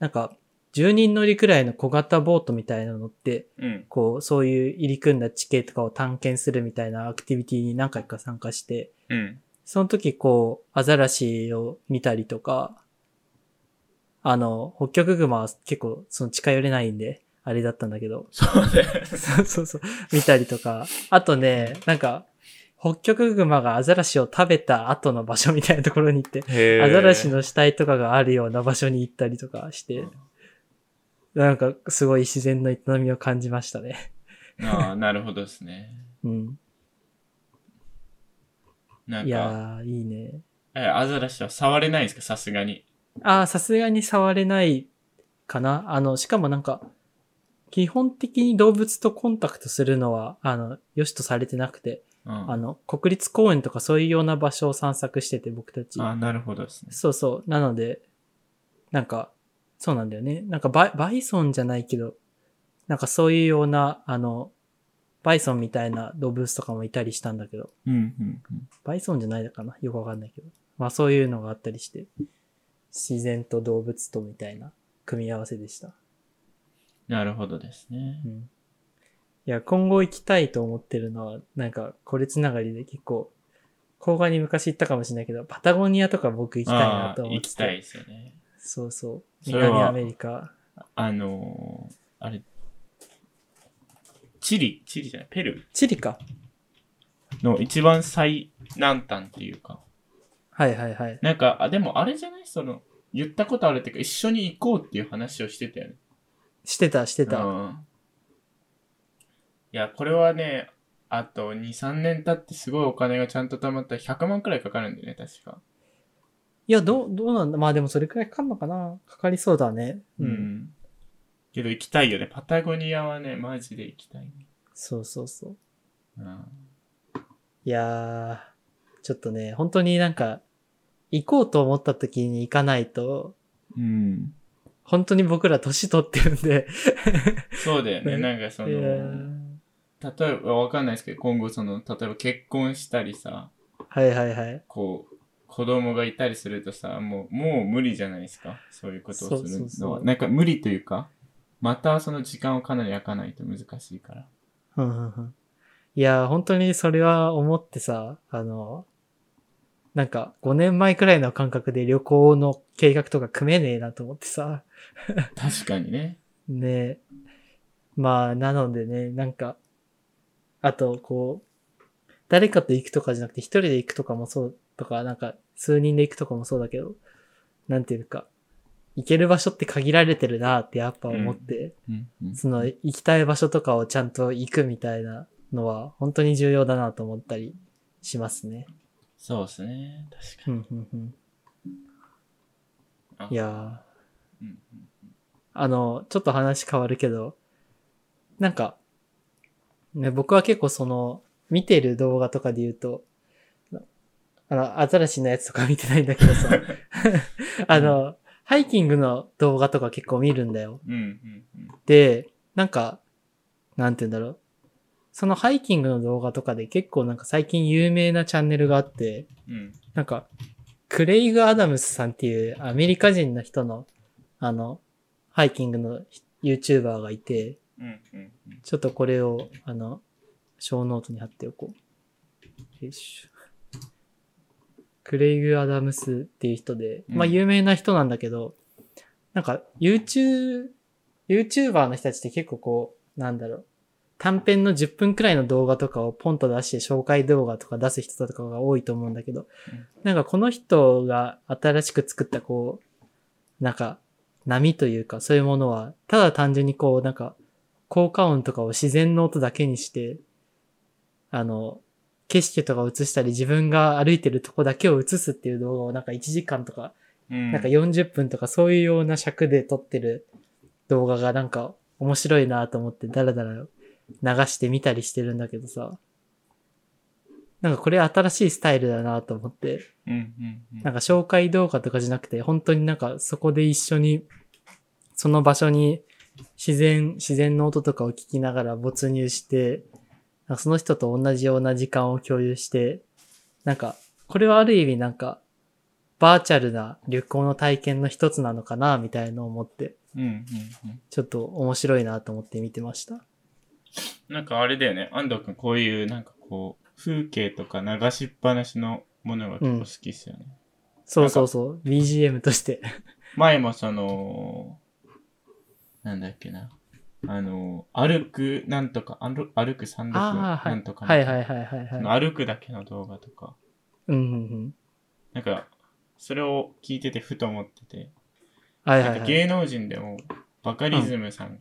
Speaker 1: なんか、10人乗りくらいの小型ボートみたいなのって、
Speaker 2: うん。
Speaker 1: こう、そういう入り組んだ地形とかを探検するみたいなアクティビティに何回か参加して、
Speaker 2: うん。、
Speaker 1: その時こう、アザラシを見たりとか、あの、北極熊は結構その近寄れないんで、あれだったんだけど
Speaker 2: そうだよ。
Speaker 1: そうそうそう、見たりとか、あとね、なんか、北極熊がアザラシを食べた後の場所みたいなところに行って、
Speaker 2: へー
Speaker 1: アザラシの死体とかがあるような場所に行ったりとかして、なんかすごい自然の営みを感じましたね。
Speaker 2: ああ、なるほどですね。
Speaker 1: うん。
Speaker 2: なん
Speaker 1: い
Speaker 2: か、
Speaker 1: やー、いいね。
Speaker 2: え、アザラシは触れないんですかさすがに。
Speaker 1: ああ、さすがに触れないかな。あの、しかもなんか、基本的に動物とコンタクトするのは、あの、良しとされてなくて、
Speaker 2: うん。
Speaker 1: あ
Speaker 2: あ
Speaker 1: の、国立公園とかそういうような場所を散策してて、僕たち。
Speaker 2: あ、なるほどですね。
Speaker 1: そうそう。なので、なんか、そうなんだよね。なんかバイ、バイソンじゃないけど、なんかそういうような、あの、バイソンみたいな動物とかもいたりしたんだけど、
Speaker 2: うん、うん、うん。
Speaker 1: バイソンじゃないのかなよくわかんないけど。まあそういうのがあったりして、自然と動物とみたいな組み合わせでした。
Speaker 2: なるほどですね
Speaker 1: う。ん。いや、今後行きたいと思ってるのは、なんかこれつながりで結構、郊外に昔行ったかもしれないけど、パタゴニアとか僕行きたいな
Speaker 2: あ
Speaker 1: と
Speaker 2: あ
Speaker 1: 思っ
Speaker 2: 行
Speaker 1: てて。
Speaker 2: きたいですよね。
Speaker 1: そうそう。
Speaker 2: それは
Speaker 1: 南アメリカ。
Speaker 2: あのー、あれ、チリ、チリじゃない、ペル
Speaker 1: チリか。
Speaker 2: ーの一番最南端っていうか。
Speaker 1: はいはいはい。
Speaker 2: なんか、あ、でもあれじゃないその、言ったことあるっていうか、一緒に行こうっていう話をしてたよね。
Speaker 1: してたしてた。
Speaker 2: うんいや、これはね、あと2、3年経ってすごいお金がちゃんと貯まったら100万くらいかかるんだよね、確か。
Speaker 1: いや、どう、どうなんだまあでもそれくらいかかんのかなかかりそうだね。
Speaker 2: うん。けど行きたいよね。パタゴニアはね、マジで行きたいね。
Speaker 1: そうそうそう。
Speaker 2: うん。
Speaker 1: いやー、ちょっとね、本当になんか、行こうと思った時に行かないと、
Speaker 2: うん、
Speaker 1: 本当に僕ら年取ってるんで、
Speaker 2: そうだよね。なんかそ
Speaker 1: いや
Speaker 2: の、
Speaker 1: ー
Speaker 2: 例えばわかんないですけど、今後その、例えば結婚したりさ、
Speaker 1: はいはいはい。
Speaker 2: こう、子供がいたりするとさ、もう、もう無理じゃないですか。そういうことをするのは。
Speaker 1: そうそうそう
Speaker 2: なんか無理というか、またその時間をかなり空かないと難しいから。
Speaker 1: うんうんうんいやー、本当にそれは思ってさ、あの、なんか5年前くらいの感覚で旅行の計画とか組めねえなと思ってさ。
Speaker 2: 確かにね。
Speaker 1: ねえ。まあ、なのでね、なんか、あと、こう、誰かと行くとかじゃなくて、一人で行くとかもそう、とか、なんか、数人で行くとかもそうだけど、なんていうか、行ける場所って限られてるなってやっぱ思って、
Speaker 2: うん、うん。
Speaker 1: その、行きたい場所とかをちゃんと行くみたいなのは、本当に重要だなと思ったりしますね。
Speaker 2: そうですね。確
Speaker 1: う
Speaker 2: か
Speaker 1: ん、うん、うん。
Speaker 2: に。あ
Speaker 1: いやー。
Speaker 2: うん
Speaker 1: あの、ちょっと話変わるけど、なんか、ね、僕は結構その、見てる動画とかで言うと、あの、アザラシのやつとか見てないんだけど さ、あの、ハイキングの動画とか結構見るんだよ。
Speaker 2: うん、うん、うん。
Speaker 1: で、なんか、なんて言うんだろう。そのハイキングの動画とかで結構なんか最近有名なチャンネルがあって、
Speaker 2: うん。
Speaker 1: なんか、クレイグ・アダムスさんっていうアメリカ人の人の、あの、ハイキングの YouTuber がいて、
Speaker 2: うん、うん。うん
Speaker 1: ちょっとこれを、あの、小ノートに貼っておこう。よいしょ。クレイグ・アダムスっていう人で、まあ
Speaker 2: うん
Speaker 1: 有名な人なんだけど、なんか YouTube、YouTuber の人たちって結構こう、なんだろう、短編の10分くらいの動画とかをポンと出して紹介動画とか出す人とかが多いと思うんだけど
Speaker 2: うん、
Speaker 1: なんかこの人が新しく作ったこう、なんか波というかそういうものは、ただ単純にこうなんか効果音とかを自然の音だけにして、あの、景色とか映したり、自分が歩いてるとこだけを映すっていう動画をなんか1時間とか、
Speaker 2: うん。
Speaker 1: なんか40分とかそういうような尺で撮ってる動画がなんか面白いなと思ってダラダラ流してみたりしてるんだけどさ。なんかこれ新しいスタイルだなと思って。
Speaker 2: うんうんうん。
Speaker 1: なんか紹介動画とかじゃなくて、本当になんかそこで一緒に、その場所に自然、自然の音とかを聞きながら没入して、なんかその人と同じような時間を共有して、なんか、これはある意味なんか、バーチャルな旅行の体験の一つなのかな、みたいのを思って、
Speaker 2: うんうんうん。
Speaker 1: ちょっと面白いなと思って見てました。
Speaker 2: なんかあれだよね、安藤君こういうなんかこう、風景とか流しっぱなしのものが結構好きっすよね。
Speaker 1: そうそうそう、BGM として。
Speaker 2: 前もその、なんだっけな、あの、歩くなんとか、歩歩く三六
Speaker 1: ああ、は
Speaker 2: ないんと。か、
Speaker 1: はいはいはいはいはい。
Speaker 2: 歩くだけの動画とか、
Speaker 1: うんうんうん。
Speaker 2: なんか、それを聞いててふと思ってて、
Speaker 1: はいは
Speaker 2: なん
Speaker 1: い
Speaker 2: か
Speaker 1: はい。
Speaker 2: 芸能人でも、バカリズムさん、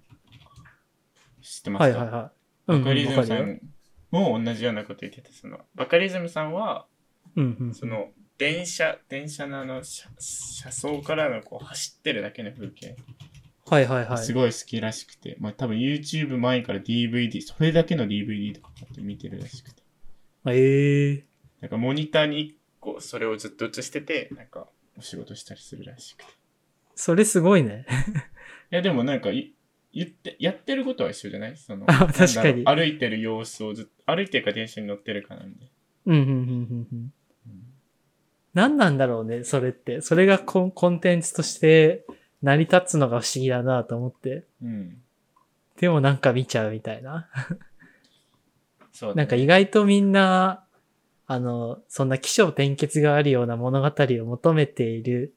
Speaker 2: 知ってます
Speaker 1: は
Speaker 2: か、
Speaker 1: いはいはい。
Speaker 2: バカリズムさ
Speaker 1: うんうんわかるよ
Speaker 2: んも同じようなこと言ってて、その、バカリズムさんは、
Speaker 1: うんうん。
Speaker 2: その電車電車のあの車車窓からのこう走ってるだけの風景、
Speaker 1: はいはいはい。
Speaker 2: すごい好きらしくて、まあ、多分 YouTube 前から DVD それだけの DVD とか買って見てるらしくて
Speaker 1: ええ
Speaker 2: なんかモニターに1個それをずっと映しててなんかお仕事したりするらしくて
Speaker 1: それすごいね。
Speaker 2: いやでもなんかい言ってやってることは一緒じゃないその
Speaker 1: あ確かに
Speaker 2: なんだろう歩いてる様子をずっと歩いてるか電車に乗ってるかなんで、
Speaker 1: うん、うん、うん、うん。
Speaker 2: うん
Speaker 1: 何なんだろうね、それって。それがコンコンテンツとして成り立つのが不思議だなと思って。
Speaker 2: うん、
Speaker 1: でもなんか見ちゃうみたいな。
Speaker 2: そう
Speaker 1: な
Speaker 2: だね
Speaker 1: んか意外とみんな、あの、そんな起承転結があるような物語を求めている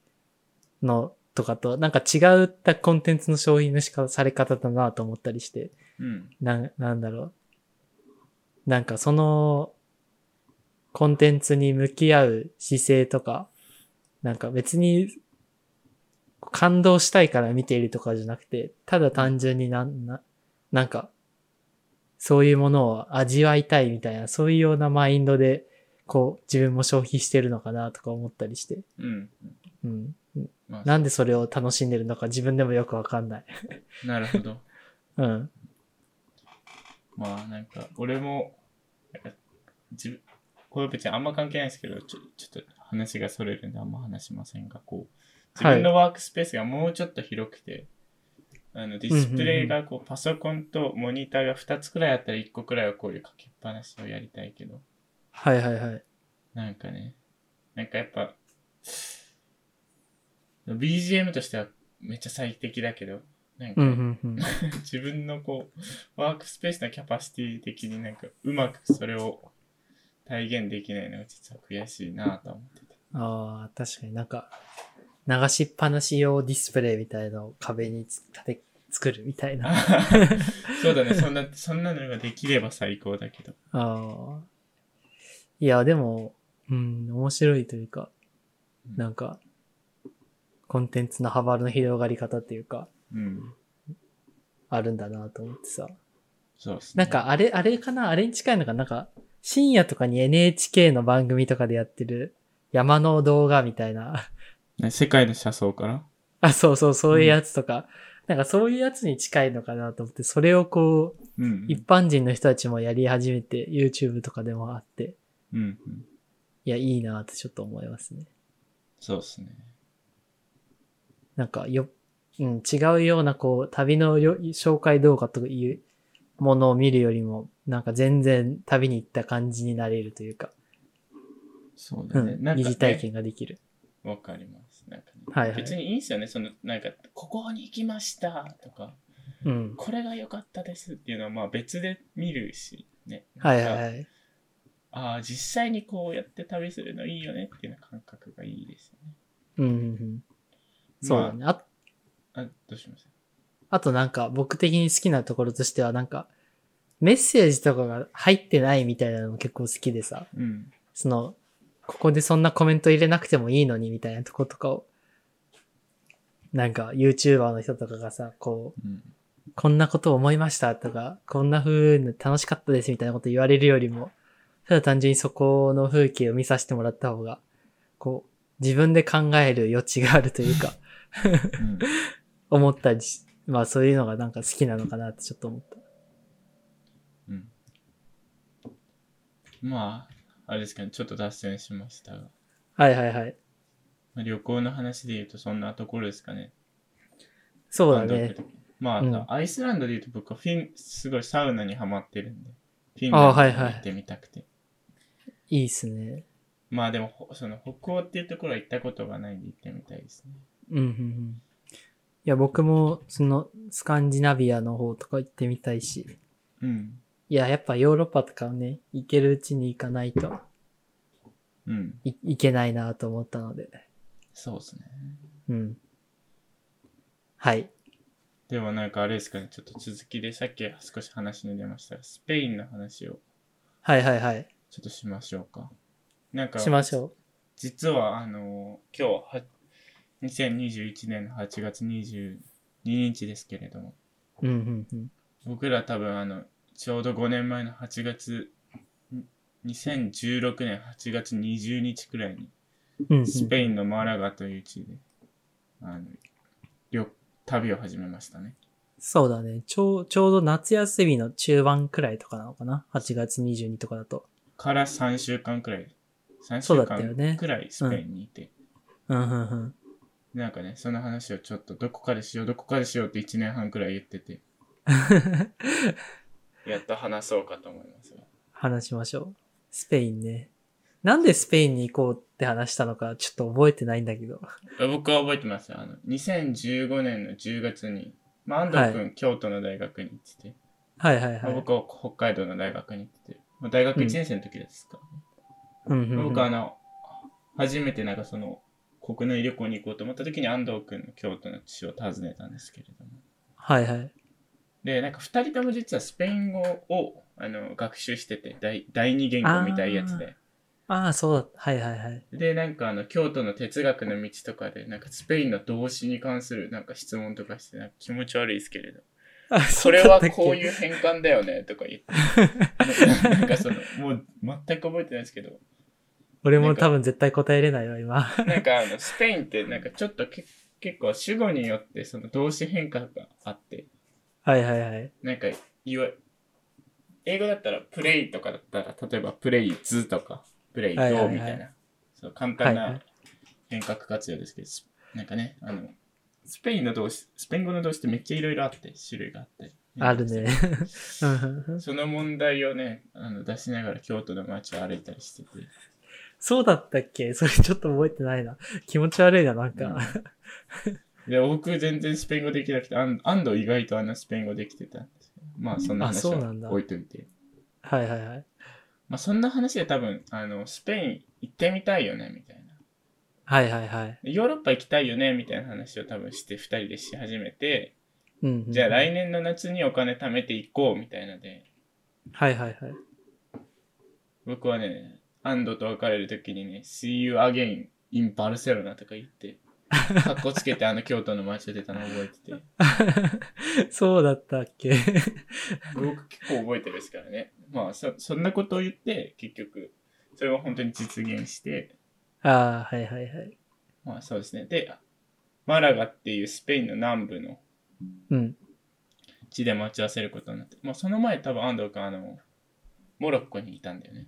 Speaker 1: のとかと、なんか違ったコンテンツの消費の仕方、され方だなと思ったりして。
Speaker 2: うん
Speaker 1: なん、なんだろう。なんかその、コンテンツに向き合う姿勢とか、なんか別に、感動したいから見ているとかじゃなくて、ただ単純になん、な、なんか、そういうものを味わいたいみたいな、そういうようなマインドで、こう、自分も消費してるのかなとか思ったりして、
Speaker 2: うん
Speaker 1: うん。
Speaker 2: まあ
Speaker 1: なんでそれを楽しんでるのか自分でもよくわかんない。
Speaker 2: なるほど
Speaker 1: うん。
Speaker 2: まあなんか俺もなんか自分これ別にあんま関係ないですけどちょちょっと話がそれるんであんま話しませんがこう自
Speaker 1: はい
Speaker 2: 分のワークスペースがもうちょっと広くて、あのディスプレイがこうパソコンとモニターが2つくらいあったら1個くらいはこういうかけっぱなしをやりたいけど
Speaker 1: はいはいはい。
Speaker 2: なんかねなんかやっぱ BGM としてはめっちゃ最適だけどなんか、
Speaker 1: うんうんうん。
Speaker 2: 自分のこうワークスペースのキャパシティ的になんかうまくそれを体現できないのが実は悔しいなとは 思ってて
Speaker 1: ああ、確かになんか、流しっぱなし用ディスプレイみたいのを壁につ立て、作るみたいな。あ
Speaker 2: そうだねそんなそんなのができれば最高だけど
Speaker 1: あ。いや、でも、うん、面白いというか、なんか、コンテンツの幅の広がり方っていうか、
Speaker 2: うん
Speaker 1: あるんだなと思ってさ。
Speaker 2: そうっすね
Speaker 1: なんか、あれ、あれかなあれに近いのかななんか、深夜とかに NHK の番組とかでやってる山の動画みたいな。
Speaker 2: ね世界の車窓から
Speaker 1: あ、そうそう、そういうやつとか。なんかそういうやつに近いのかなと思って、それをこう、
Speaker 2: うん
Speaker 1: 一般人の人たちもやり始めて、YouTube とかでもあって、
Speaker 2: うん、うんうん、
Speaker 1: いや、いいなってちょっと思いますね。
Speaker 2: そうっすね
Speaker 1: なんか、よ、うん、違うような、こう、旅のよ紹介動画というものを見るよりも、なんか全然旅に行った感じになれるというか、
Speaker 2: そう
Speaker 1: う
Speaker 2: だね、
Speaker 1: ん、
Speaker 2: なん
Speaker 1: 疑
Speaker 2: か、
Speaker 1: 似体験ができる。
Speaker 2: わかりますなんか、ね
Speaker 1: はいはい
Speaker 2: 別にいいんすよねそのなんかここに行きましたとか
Speaker 1: うん。
Speaker 2: これが良かったですっていうのはまあ別で見るしね
Speaker 1: はいはい
Speaker 2: なんか
Speaker 1: はい。
Speaker 2: ああ、実際にこうやって旅するのいいよねっていうような感覚がいいですね。
Speaker 1: うん、うんうん。そうだね。あ
Speaker 2: まあ、あ、どうしました
Speaker 1: あとなんか僕的に好きなところとしてはなんかメッセージとかが入ってないみたいなのも結構好きでさ。
Speaker 2: うん。
Speaker 1: その、ここでそんなコメント入れなくてもいいのにみたいなとことかを、なんか YouTuber の人とかがさ、こ
Speaker 2: うん。
Speaker 1: う、こんなこと思いましたとか、こんな風に楽しかったですみたいなこと言われるよりも、ただ単純にそこの風景を見させてもらった方が、こう、自分で考える余地があるというか、
Speaker 2: うん
Speaker 1: 思ったりし、まあそういうのがなんか好きなのかなってちょっと思った。
Speaker 2: うんまあ、あれですけど、ちょっと脱線しましたが、ま
Speaker 1: はいはいはい。
Speaker 2: あ旅行の話で言うとそんなところですかね。
Speaker 1: そうだ
Speaker 2: アンドロイ
Speaker 1: ね
Speaker 2: ド。とかまあ、
Speaker 1: うん
Speaker 2: アイスランドで言うと僕はフィン、すごいサウナにハマってるんで、フィン
Speaker 1: あ
Speaker 2: ラ
Speaker 1: あ
Speaker 2: ンド
Speaker 1: はい
Speaker 2: に
Speaker 1: はい
Speaker 2: 行ってみたくて。
Speaker 1: いいっすね。
Speaker 2: まあでも、ほその北欧っていうところは行ったことがないんで行ってみたいですね。
Speaker 1: うんうんうん。いや、僕も、その、スカンジナビアの方とか行ってみたいし。
Speaker 2: うん。
Speaker 1: いや、やっぱヨーロッパとかをね、行けるうちに行かないと
Speaker 2: うん。
Speaker 1: いいけないなと思ったので。
Speaker 2: そうですね。
Speaker 1: うん。はい。
Speaker 2: でもなんかあれですかね、ちょっと続きでさっき少し話に出ましたが、スペインの話を
Speaker 1: はいはいはい。
Speaker 2: ちょっとしましょうか。なんか、
Speaker 1: しましょ
Speaker 2: 実はあの今日は2021年の8月22日ですけれども
Speaker 1: う。うんうんうん。
Speaker 2: 僕ら多分あのちょうど5年前の8月に2016年8月20日くらいに
Speaker 1: うんうん、
Speaker 2: スペインのマラガという地であの旅旅を始めましたね
Speaker 1: そうだね。ちょう、ちょうど夏休みの中盤くらいとかなのかな ?8 月22とかだと。
Speaker 2: から3週間くらい3
Speaker 1: そ
Speaker 2: 週
Speaker 1: うだったよね
Speaker 2: 間くらいスペインにいて、
Speaker 1: うんうんうん。
Speaker 2: なんかねその話をちょっとどこかでしようどこかでしようって1年半くらい言っててやっと話そうかと思いますが
Speaker 1: 話しましょう。スペインね。なんでスペインに行こうって話したのかちょっと覚えてないんだけど。
Speaker 2: 僕は覚えてますよあの2015年の10月に、まあ、安藤君、京都の大学に行ってて、
Speaker 1: はいはいは
Speaker 2: まあ
Speaker 1: い。
Speaker 2: 僕は北海道の大学に行ってて、まあ、大学1年生の時ですか、
Speaker 1: うんうんうん
Speaker 2: 僕はあの初めてなんかその国内旅行に行こうと思った時に安藤君の京都の地を訪ねたんですけれども
Speaker 1: はいはい。
Speaker 2: でなんか2人とも実はスペイン語をあの学習してて第第二言語みたいなやつで
Speaker 1: ああ、そうだ。はいはいはい。
Speaker 2: で、なんかあの、京都の哲学の道とかで、なんかスペインの動詞に関するなんか質問とかして、なんか気持ち悪いですけれど、
Speaker 1: あ
Speaker 2: それ はこう
Speaker 1: う
Speaker 2: い
Speaker 1: だ
Speaker 2: う変換だよねとか言って、
Speaker 1: ったっけ。
Speaker 2: なんかその、もう全く覚えてないですけど、
Speaker 1: 俺も多分絶対答えれないわ、今。
Speaker 2: なんかあの、スペインってなんかちょっとけ結構主語によってその動詞変化があって、
Speaker 1: はいはいはい。
Speaker 2: なんか、いわ英語だったらプレイとかだったら、例えばプレイズとか、プレイド
Speaker 1: はいはいはい
Speaker 2: みたいな、そう簡単
Speaker 1: はいは
Speaker 2: ない変革活用ですけど、すなんかね、あの、スペインの動詞、スペイン語の動詞ってめっちゃいろいろあって、種類があって。
Speaker 1: あるね。 うんうんうん
Speaker 2: その問題をね、あの出しながら京都の街を歩いたりしてて。
Speaker 1: そうだったっけそれちょっと覚えてないな。気持ち悪いな、なんか。
Speaker 2: うんで、僕全然スペイン語できなくて、安安藤意外とあのスペイン語できてたんですけどまあそんな
Speaker 1: あ
Speaker 2: 話
Speaker 1: そうなんだ
Speaker 2: は置いといて。
Speaker 1: はいはいはい。
Speaker 2: まあそんな話で多分、あの、スペイン行ってみたいよね、みたいな。
Speaker 1: はいはいはい。
Speaker 2: ヨーロッパ行きたいよね、みたいな話を多分して2人でし始めて、
Speaker 1: うんうん、
Speaker 2: じゃあ来年の夏にお金貯めていこう、みたいなので、
Speaker 1: はいはいはい。
Speaker 2: 僕はね、アンドと別れる時にね、See you again in Barcelona とか言って、かっこつ けてあの京都の街を出たの覚えてて、
Speaker 1: そうだったっけ
Speaker 2: 僕結構覚えてるですからね。まあそ、そんなことを言って、結局、それは本当に実現して、
Speaker 1: ああ、はいはいはい。
Speaker 2: まあそうですね。で、マラガっていうスペインの南部の
Speaker 1: うん。
Speaker 2: 地で待ち合わせることになって、まあその前多分安藤君あの、モロッコにいたんだよね。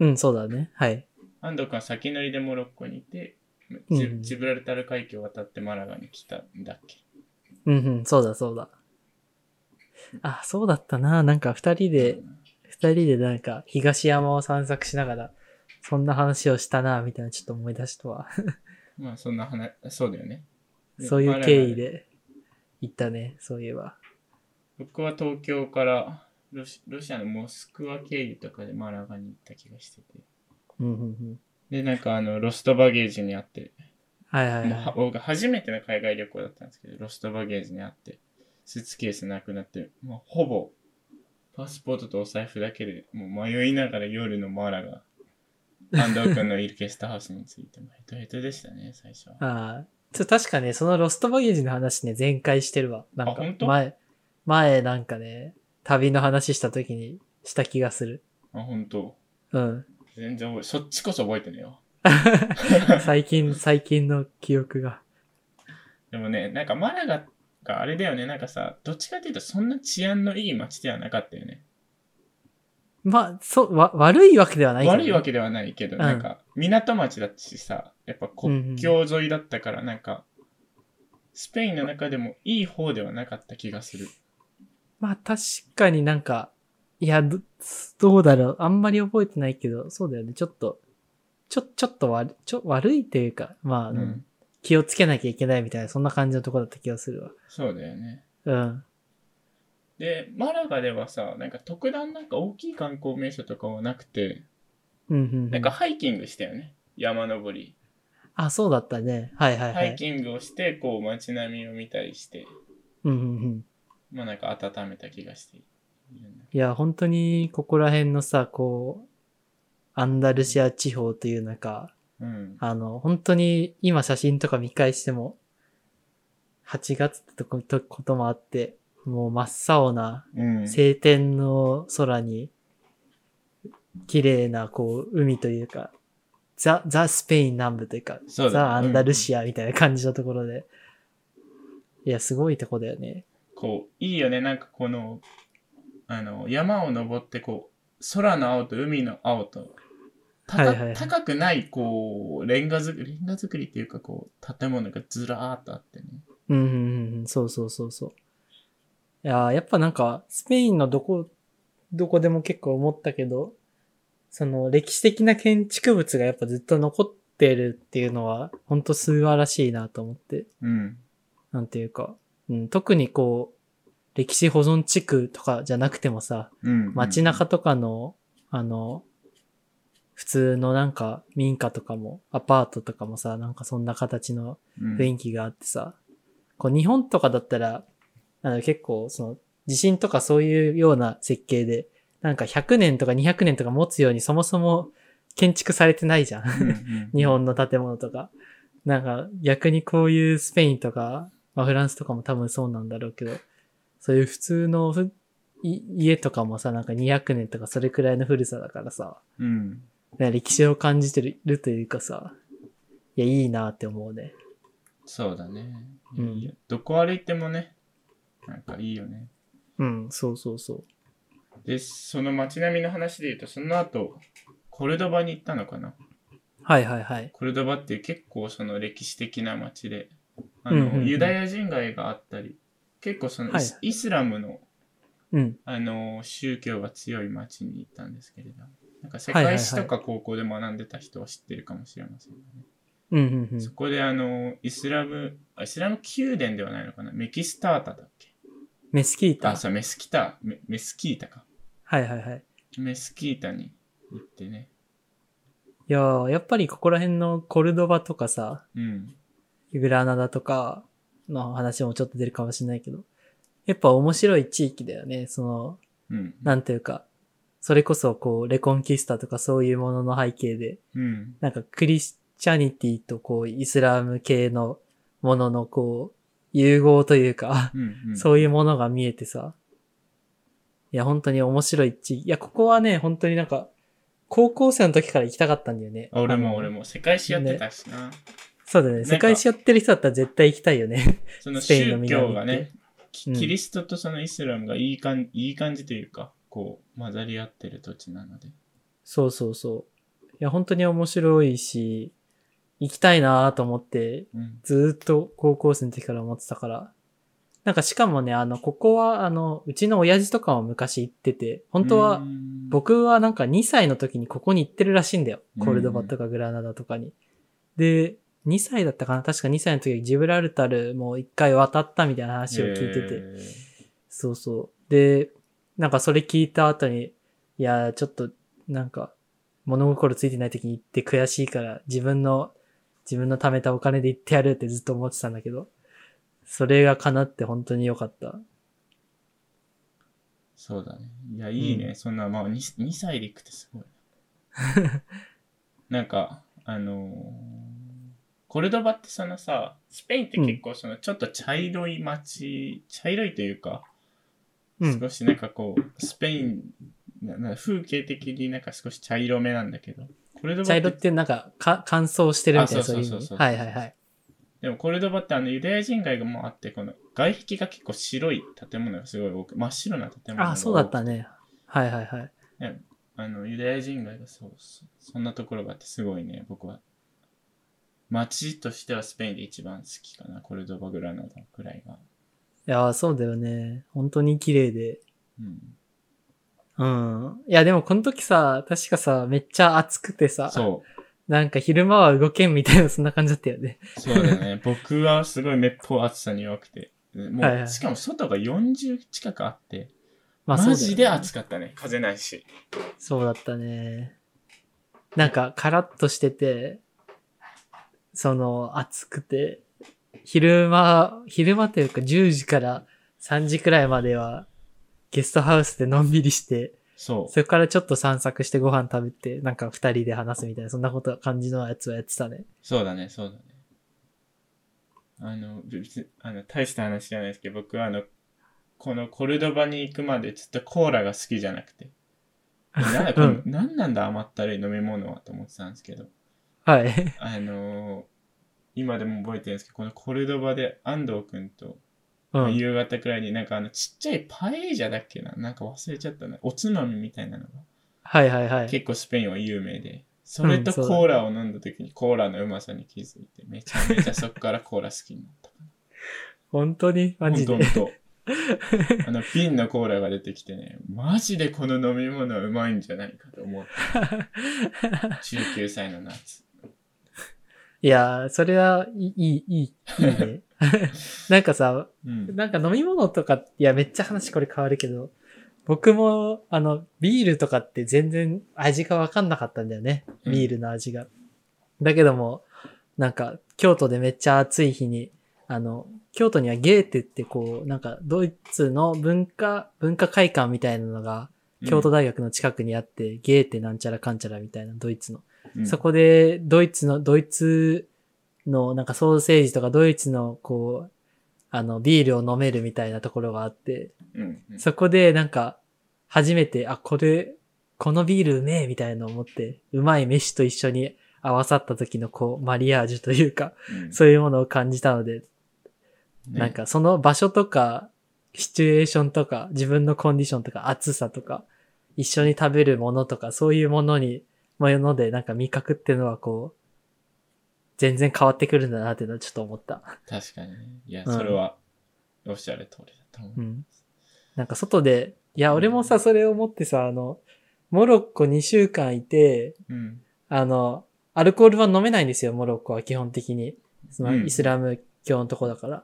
Speaker 1: うん、そうだね。はい。
Speaker 2: 安藤君は先乗りでモロッコにいて、
Speaker 1: うん
Speaker 2: ジブジブラルタル海峡を渡ってマラガに来たんだっけ。
Speaker 1: うんうん、そうだそうだ。あ、そうだったな。なんか二人で、二人でなんか東山を散策しながら、そんな話をしたな、みたいなちょっと思い出したわ。
Speaker 2: まあそんな話、そうだよね。で
Speaker 1: そういう経緯。
Speaker 2: 我々
Speaker 1: で行ったね、そういえば。
Speaker 2: 僕は東京からロシロシアのモスクワ経由とかでマラガに行った気がしてて。
Speaker 1: うんうんうん。
Speaker 2: で、なんかあの、ロストバゲージにあって、
Speaker 1: はいはい
Speaker 2: もうは
Speaker 1: は
Speaker 2: 僕初めての海外旅行だったんですけど、ロストバゲージにあって、スーツケースなくなって、もうほぼパスポートとお財布だけでもう迷いながら夜のマラが、安藤君のいるゲストハウスについて、もうヘトヘトでしたね、最初は。
Speaker 1: い。ああ。ちょ、確かね、そのロストバゲージの話ね、全開してるわ。なん
Speaker 2: あ
Speaker 1: か
Speaker 2: 本、当
Speaker 1: 前、前なんかね、旅の話した時にした気がする。
Speaker 2: あ、本当。
Speaker 1: うん。
Speaker 2: 全然覚え、そっちこそ覚えてねえよ。
Speaker 1: 最近、最近の記憶が。
Speaker 2: でもね、なんかマラガがあれだよね、なんかさ、どっちかっていうとそんな治安のいい街ではなかったよね。
Speaker 1: まあ、そう、わ、悪いわけではないけどね
Speaker 2: 悪いわけではないけど、
Speaker 1: うん
Speaker 2: なんか港町だしさ、やっぱ国境沿いだったから、なんか、スペインの中でもいい方ではなかった気がする。
Speaker 1: まあ、確かになんか、いや、ど、どうだろう。あんまり覚えてないけど、そうだよね。ちょっと、ちょ、ちょっと悪、ちょ、悪いというか、まあ、
Speaker 2: うん。
Speaker 1: 気をつけなきゃいけないみたいな、そんな感じのとこだった気がするわ。
Speaker 2: そうだよね。
Speaker 1: うん。
Speaker 2: で、マラガではさ、なんか特段なんか大きい観光名所とかはなくて、
Speaker 1: うん、うん。
Speaker 2: なんか、ハイキングしたよね。山登り。
Speaker 1: あ、そうだったね。はいはいは
Speaker 2: ハイ
Speaker 1: い。
Speaker 2: キングをして、こう街並みを見たりして、
Speaker 1: うん、うん、うん。
Speaker 2: まあなんか温めた気がしているんだ
Speaker 1: いや、本当に、ここら辺のさ、こう、アンダルシア地方という中、
Speaker 2: うん。
Speaker 1: あの、本当に、今写真とか見返しても、8月ってとことこともあって、もう真っ青な
Speaker 2: うん。
Speaker 1: 晴天の空に、綺麗な、こう、海というか、ザ、ザ・スペイン南部というか、
Speaker 2: そうだね
Speaker 1: ザ・アンダルシアみたいな感じのところで。いや、すごいとこだよね。
Speaker 2: こう、いいよね。なんかこの、あの、山を登って、こう、空の青と海の青と、
Speaker 1: は
Speaker 2: 高,、
Speaker 1: いはいはい
Speaker 2: 高くない、こう、レンガ造り、レンガ造りっていうか、こう、建物がずらーっとあってね。
Speaker 1: うん、うん、うん、そうそうそうそう。いやー、やっぱなんか、スペインのどこ、どこでも結構思ったけど、その歴史的な建築物がやっぱずっと残ってるっていうのは、ほんと素晴らしいなと思って。
Speaker 2: うん。
Speaker 1: なんていうか、うん、特にこう、歴史保存地区とかじゃなくてもさ、
Speaker 2: うん。
Speaker 1: 街中とかの、あの、普通のなんか民家とかも、アパートとかもさ、なんかそんな形の
Speaker 2: うん、
Speaker 1: 雰囲気があってさ、こう日本とかだったら、あの結構その地震とかそういうような設計で、なんか100年とか200年とか持つようにそもそも建築されてないじゃん。
Speaker 2: うんうん
Speaker 1: 日本の建物とか。なんか逆にこういうスペインとか、まあ、フランスとかも多分そうなんだろうけど、そういう普通のふい家とかもさ、なんか200年とかそれくらいの古さだからさ、
Speaker 2: うん。
Speaker 1: ね歴史を感じてるるというかさ、いや、いいなって思うね。
Speaker 2: そうだね。
Speaker 1: うん
Speaker 2: いやどこ歩いてもね、なんかいいよね。
Speaker 1: うん、そうそうそう。
Speaker 2: で、その街並みの話で言うと、その後、コルドバに行ったのかな
Speaker 1: はいはいはい。
Speaker 2: コルドバって結構その歴史的な街で、あの、
Speaker 1: うんうんうん
Speaker 2: ユダヤ人街があったり、結構そのイス,、
Speaker 1: は
Speaker 2: イスラムの、
Speaker 1: うん。
Speaker 2: あの宗教が強い街に行ったんですけれども、なんか世
Speaker 1: はいはい
Speaker 2: 界
Speaker 1: はい
Speaker 2: 史とか高校で学んでた人は知ってるかもしれませんがね。
Speaker 1: うんうんうん。
Speaker 2: そこであの、イスラム、あイスラム宮殿ではないのかなメキスタータだっけ
Speaker 1: メスキー
Speaker 2: あ、
Speaker 1: タ。
Speaker 2: そう、メスキタ、メメスキータか。
Speaker 1: はいはいはい。
Speaker 2: メスキータに行ってね。
Speaker 1: いやーやっぱりここら辺のコルドバとかさ、
Speaker 2: うん。
Speaker 1: グラナダとかの話もちょっと出るかもしれないけど、やっぱ面白い地域だよね。その、
Speaker 2: うん。
Speaker 1: なんていうか、それこそこう、レコンキスタとかそういうものの背景で、
Speaker 2: うん。
Speaker 1: なんかクリスチャニティとこう、イスラム系のもののこう、融合というか、
Speaker 2: うん。うん
Speaker 1: そういうものが見えてさ、いや、本当に面白い地域。いや、ここはね、本当になんか、高校生の時から行きたかったんだよね。
Speaker 2: あ俺
Speaker 1: あ
Speaker 2: も
Speaker 1: の
Speaker 2: 俺。も世界史やってたしな。
Speaker 1: そうだよね。
Speaker 2: んか
Speaker 1: 世界史やってる人だったら絶対行きたいよね。
Speaker 2: その
Speaker 1: スペインの
Speaker 2: 宗教が
Speaker 1: 南って
Speaker 2: ね、き
Speaker 1: うん
Speaker 2: キリストとそのイスラムがいい感じ、いい感じというか、こう、混ざり合ってる土地なので。
Speaker 1: そうそうそう。いや、本当に面白いし、行きたいなと思って、
Speaker 2: うん。
Speaker 1: ずーっと高校生の時から思ってたから。なんかしかもね、あの、ここは、あの、うちの親父とかも昔行ってて、本当
Speaker 2: う
Speaker 1: は
Speaker 2: ー、ん、
Speaker 1: 僕はなんか2歳の時にここに行ってるらしいんだよ。
Speaker 2: うん
Speaker 1: コルドバとかグラナダとかに。で、2歳だったかな確か2歳の時にジブラルタルも一回渡ったみたいな話を聞いてて。
Speaker 2: え
Speaker 1: そうそう。で、なんかそれ聞いた後に、いやー、ちょっと、なんか、物心ついてない時に行って悔しいから、自分の、自分の貯めたお金で行ってやるってずっと思ってたんだけど、それが叶って本当に良かった。
Speaker 2: ーそうだね。いや、いいね。
Speaker 1: う
Speaker 2: そんな、まあ2、に二歳で行くってすごい な。なんか、あのーコルドバってそのさ、スペインって結構その、ちょっと茶色い街、茶色いというか、
Speaker 1: うん。
Speaker 2: 少しなんかこう、スペインなな風景的になんか少し茶色めなんだけど、コルド
Speaker 1: 茶
Speaker 2: バっ、
Speaker 1: 色っててなんかか乾燥してるみたいな、
Speaker 2: あそ
Speaker 1: そうう
Speaker 2: そう
Speaker 1: いう
Speaker 2: そ
Speaker 1: 意
Speaker 2: うそう
Speaker 1: 味。はいはいはい。
Speaker 2: でもコルドバってあのユダヤ人街がもうあって、この外壁が結構白い建物がすごい多く、真っ白な建物が多く
Speaker 1: あ、そうだったね。はいはいはい。
Speaker 2: あの、ユダヤ人街がそう、そそんなところがあってすごいね、僕は。街としてはスペインで一番好きかな、コルドバグラナダくらいが。
Speaker 1: いやー、そうだよね。本当に綺麗で。
Speaker 2: うん。
Speaker 1: うん。いや、でもこの時さ、確かさ、めっちゃ暑くてさ、
Speaker 2: そ
Speaker 1: なんか昼間は動けんみたいな、そんな感じだったよ ね。
Speaker 2: う。そうだね。僕はすごい滅法暑さに弱くて。も
Speaker 1: はいは
Speaker 2: う、
Speaker 1: い
Speaker 2: しかも外が40近くあって、
Speaker 1: まあ、そうだ
Speaker 2: マ
Speaker 1: よね
Speaker 2: ジで暑かったね。風ないし。
Speaker 1: そうだったね。なんか、カラッとしてて、その、暑くて、昼間、昼間というか10時から3時くらいまでは、ゲストハウスでのんびりして、
Speaker 2: そ
Speaker 1: それからちょっと散策してご飯食べて、なんか二人で話すみたいな、そんなこと感じのやつはやってたね。
Speaker 2: う。そうだね、そうだね。あの、別にあの大した話じゃないですけど、僕はあの、このコルドバに行くまでずっとコーラが好きじゃな くて。なんだこ
Speaker 1: う
Speaker 2: の
Speaker 1: ん、
Speaker 2: なんなんだ甘ったるい飲み物はと思ってたんですけど、
Speaker 1: はい。
Speaker 2: あのー今でも覚えてるんですけど、このコルドバで安藤くんと、
Speaker 1: うん。
Speaker 2: 夕方くらいになんかあのちっちゃいパエージャだっけななんか忘れちゃったな。おつまみみたいなのが
Speaker 1: はいはいはい。
Speaker 2: 結構スペインは有名で、それと
Speaker 1: そうだね
Speaker 2: コーラを飲んだ時にコーラのうまさに気づいて、めちゃめちゃそっからコーラ好きになった。
Speaker 1: 本当にマジ
Speaker 2: ほん
Speaker 1: で。
Speaker 2: とほん と。あの、瓶のコーラが出てきてね、マジでこの飲み物はうまいんじゃないかと 思う。19歳の夏。
Speaker 1: いやー、それはいい、いい、いい、いい ね。なんかさ、
Speaker 2: うん。
Speaker 1: なんか飲み物とか、いや、めっちゃ話これ変わるけど、僕も、あの、ビールとかって全然味がわかんなかったんだよね。
Speaker 2: うん
Speaker 1: ビールの味が。だけども、なんか、京都でめっちゃ暑い日に、あの、京都にはゲーテってこう、なんか、ドイツの文化、文化会館みたいなのが、京都大学の近くにあって、ゲーテなんちゃらかんちゃらみたいな、ドイツの。
Speaker 2: うん
Speaker 1: そこで、ドイツの、ドイツのなんかソーセージとかドイツのこう、あの、ビールを飲めるみたいなところがあって、
Speaker 2: うんうん
Speaker 1: そこでなんか、初めて、あ、これ、このビールうめえみたいなのを思って、うまい飯と一緒に合わさった時のこう、マリアージュというか、
Speaker 2: うん
Speaker 1: そういうものを感じたので、
Speaker 2: ね
Speaker 1: なんかその場所とか、シチュエーションとか、自分のコンディションとか、暑さとか、一緒に食べるものとか、そういうものに、もので、なんか味覚っていうのはこう、全然変わってくるんだなっていうのはちょっと思った。
Speaker 2: 確かにね。いや、
Speaker 1: うん
Speaker 2: それは、おっしゃる通りだと思う。
Speaker 1: うん。なんか外で、いや、
Speaker 2: うん
Speaker 1: 俺もさ、それを思ってさ、あの、モロッコ2週間いて、
Speaker 2: うん。
Speaker 1: あの、アルコールは飲めないんですよ、モロッコは基本的に。その
Speaker 2: うん
Speaker 1: イスラム教のとこだから。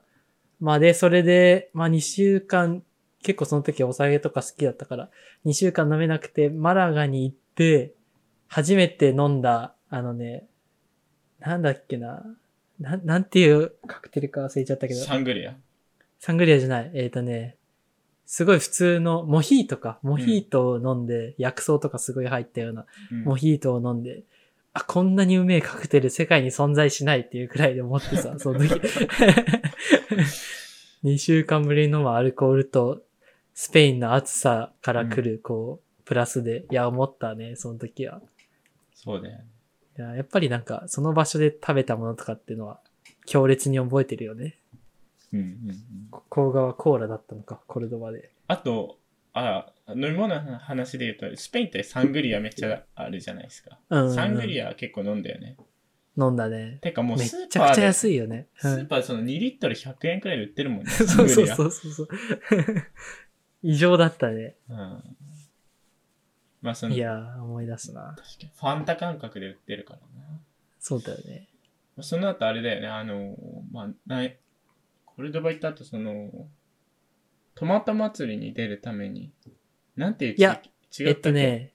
Speaker 1: まあで、それで、まあ2週間、結構その時お酒とか好きだったから、2週間飲めなくて、マラガに行って、初めて飲んだ、あのね、なんだっけな、なん、なんていうカクテルか忘れちゃったけど、
Speaker 2: サングリア。
Speaker 1: サングリアじゃない、えっ、とね、すごい普通のモヒートか、モヒートを飲んで、薬草とかすごい入ったような
Speaker 2: うん
Speaker 1: モヒートを飲んで、あ、こんなにうめえカクテル世界に存在しないっていうくらいで思って さ、その時。2週間ぶりに飲むアルコールと、スペインの暑さから来る、こう、プラスで、いや、思ったね、その時は。
Speaker 2: そうだよね。
Speaker 1: いややっぱりなんか、その場所で食べたものとかっていうのは、強烈に覚えてるよね。
Speaker 2: うんうんうん。
Speaker 1: ここがコーラだったのか、コルドバで。
Speaker 2: あと、あ、飲み物の話で言うと、スペインってサングリアめっちゃあるじゃないですか。
Speaker 1: うんうんうん
Speaker 2: サングリア結構飲んだよね。
Speaker 1: 飲んだね。
Speaker 2: てかもう
Speaker 1: めっ
Speaker 2: スー
Speaker 1: ち
Speaker 2: パ
Speaker 1: ゃく
Speaker 2: ー
Speaker 1: ちゃ
Speaker 2: で、
Speaker 1: 安いよね。
Speaker 2: ス
Speaker 1: う
Speaker 2: ー
Speaker 1: ん、
Speaker 2: パーでその2リットル100円くらいで売ってるもんね。サ
Speaker 1: そ
Speaker 2: ン
Speaker 1: う
Speaker 2: グ
Speaker 1: そう
Speaker 2: リア。
Speaker 1: そうそうそう。 異常だったね。
Speaker 2: うん。まあその、
Speaker 1: い
Speaker 2: 確か
Speaker 1: やー、思い出すな。
Speaker 2: にファンタ感覚で売ってるからな。
Speaker 1: そうだよね。
Speaker 2: まあその後あれだよね、あの、まあ、ない、コルドバ行った後、その、トマト祭りに出るために、なんていう
Speaker 1: いや
Speaker 2: 地域違
Speaker 1: え
Speaker 2: っ
Speaker 1: ったと
Speaker 2: っけ、
Speaker 1: ね、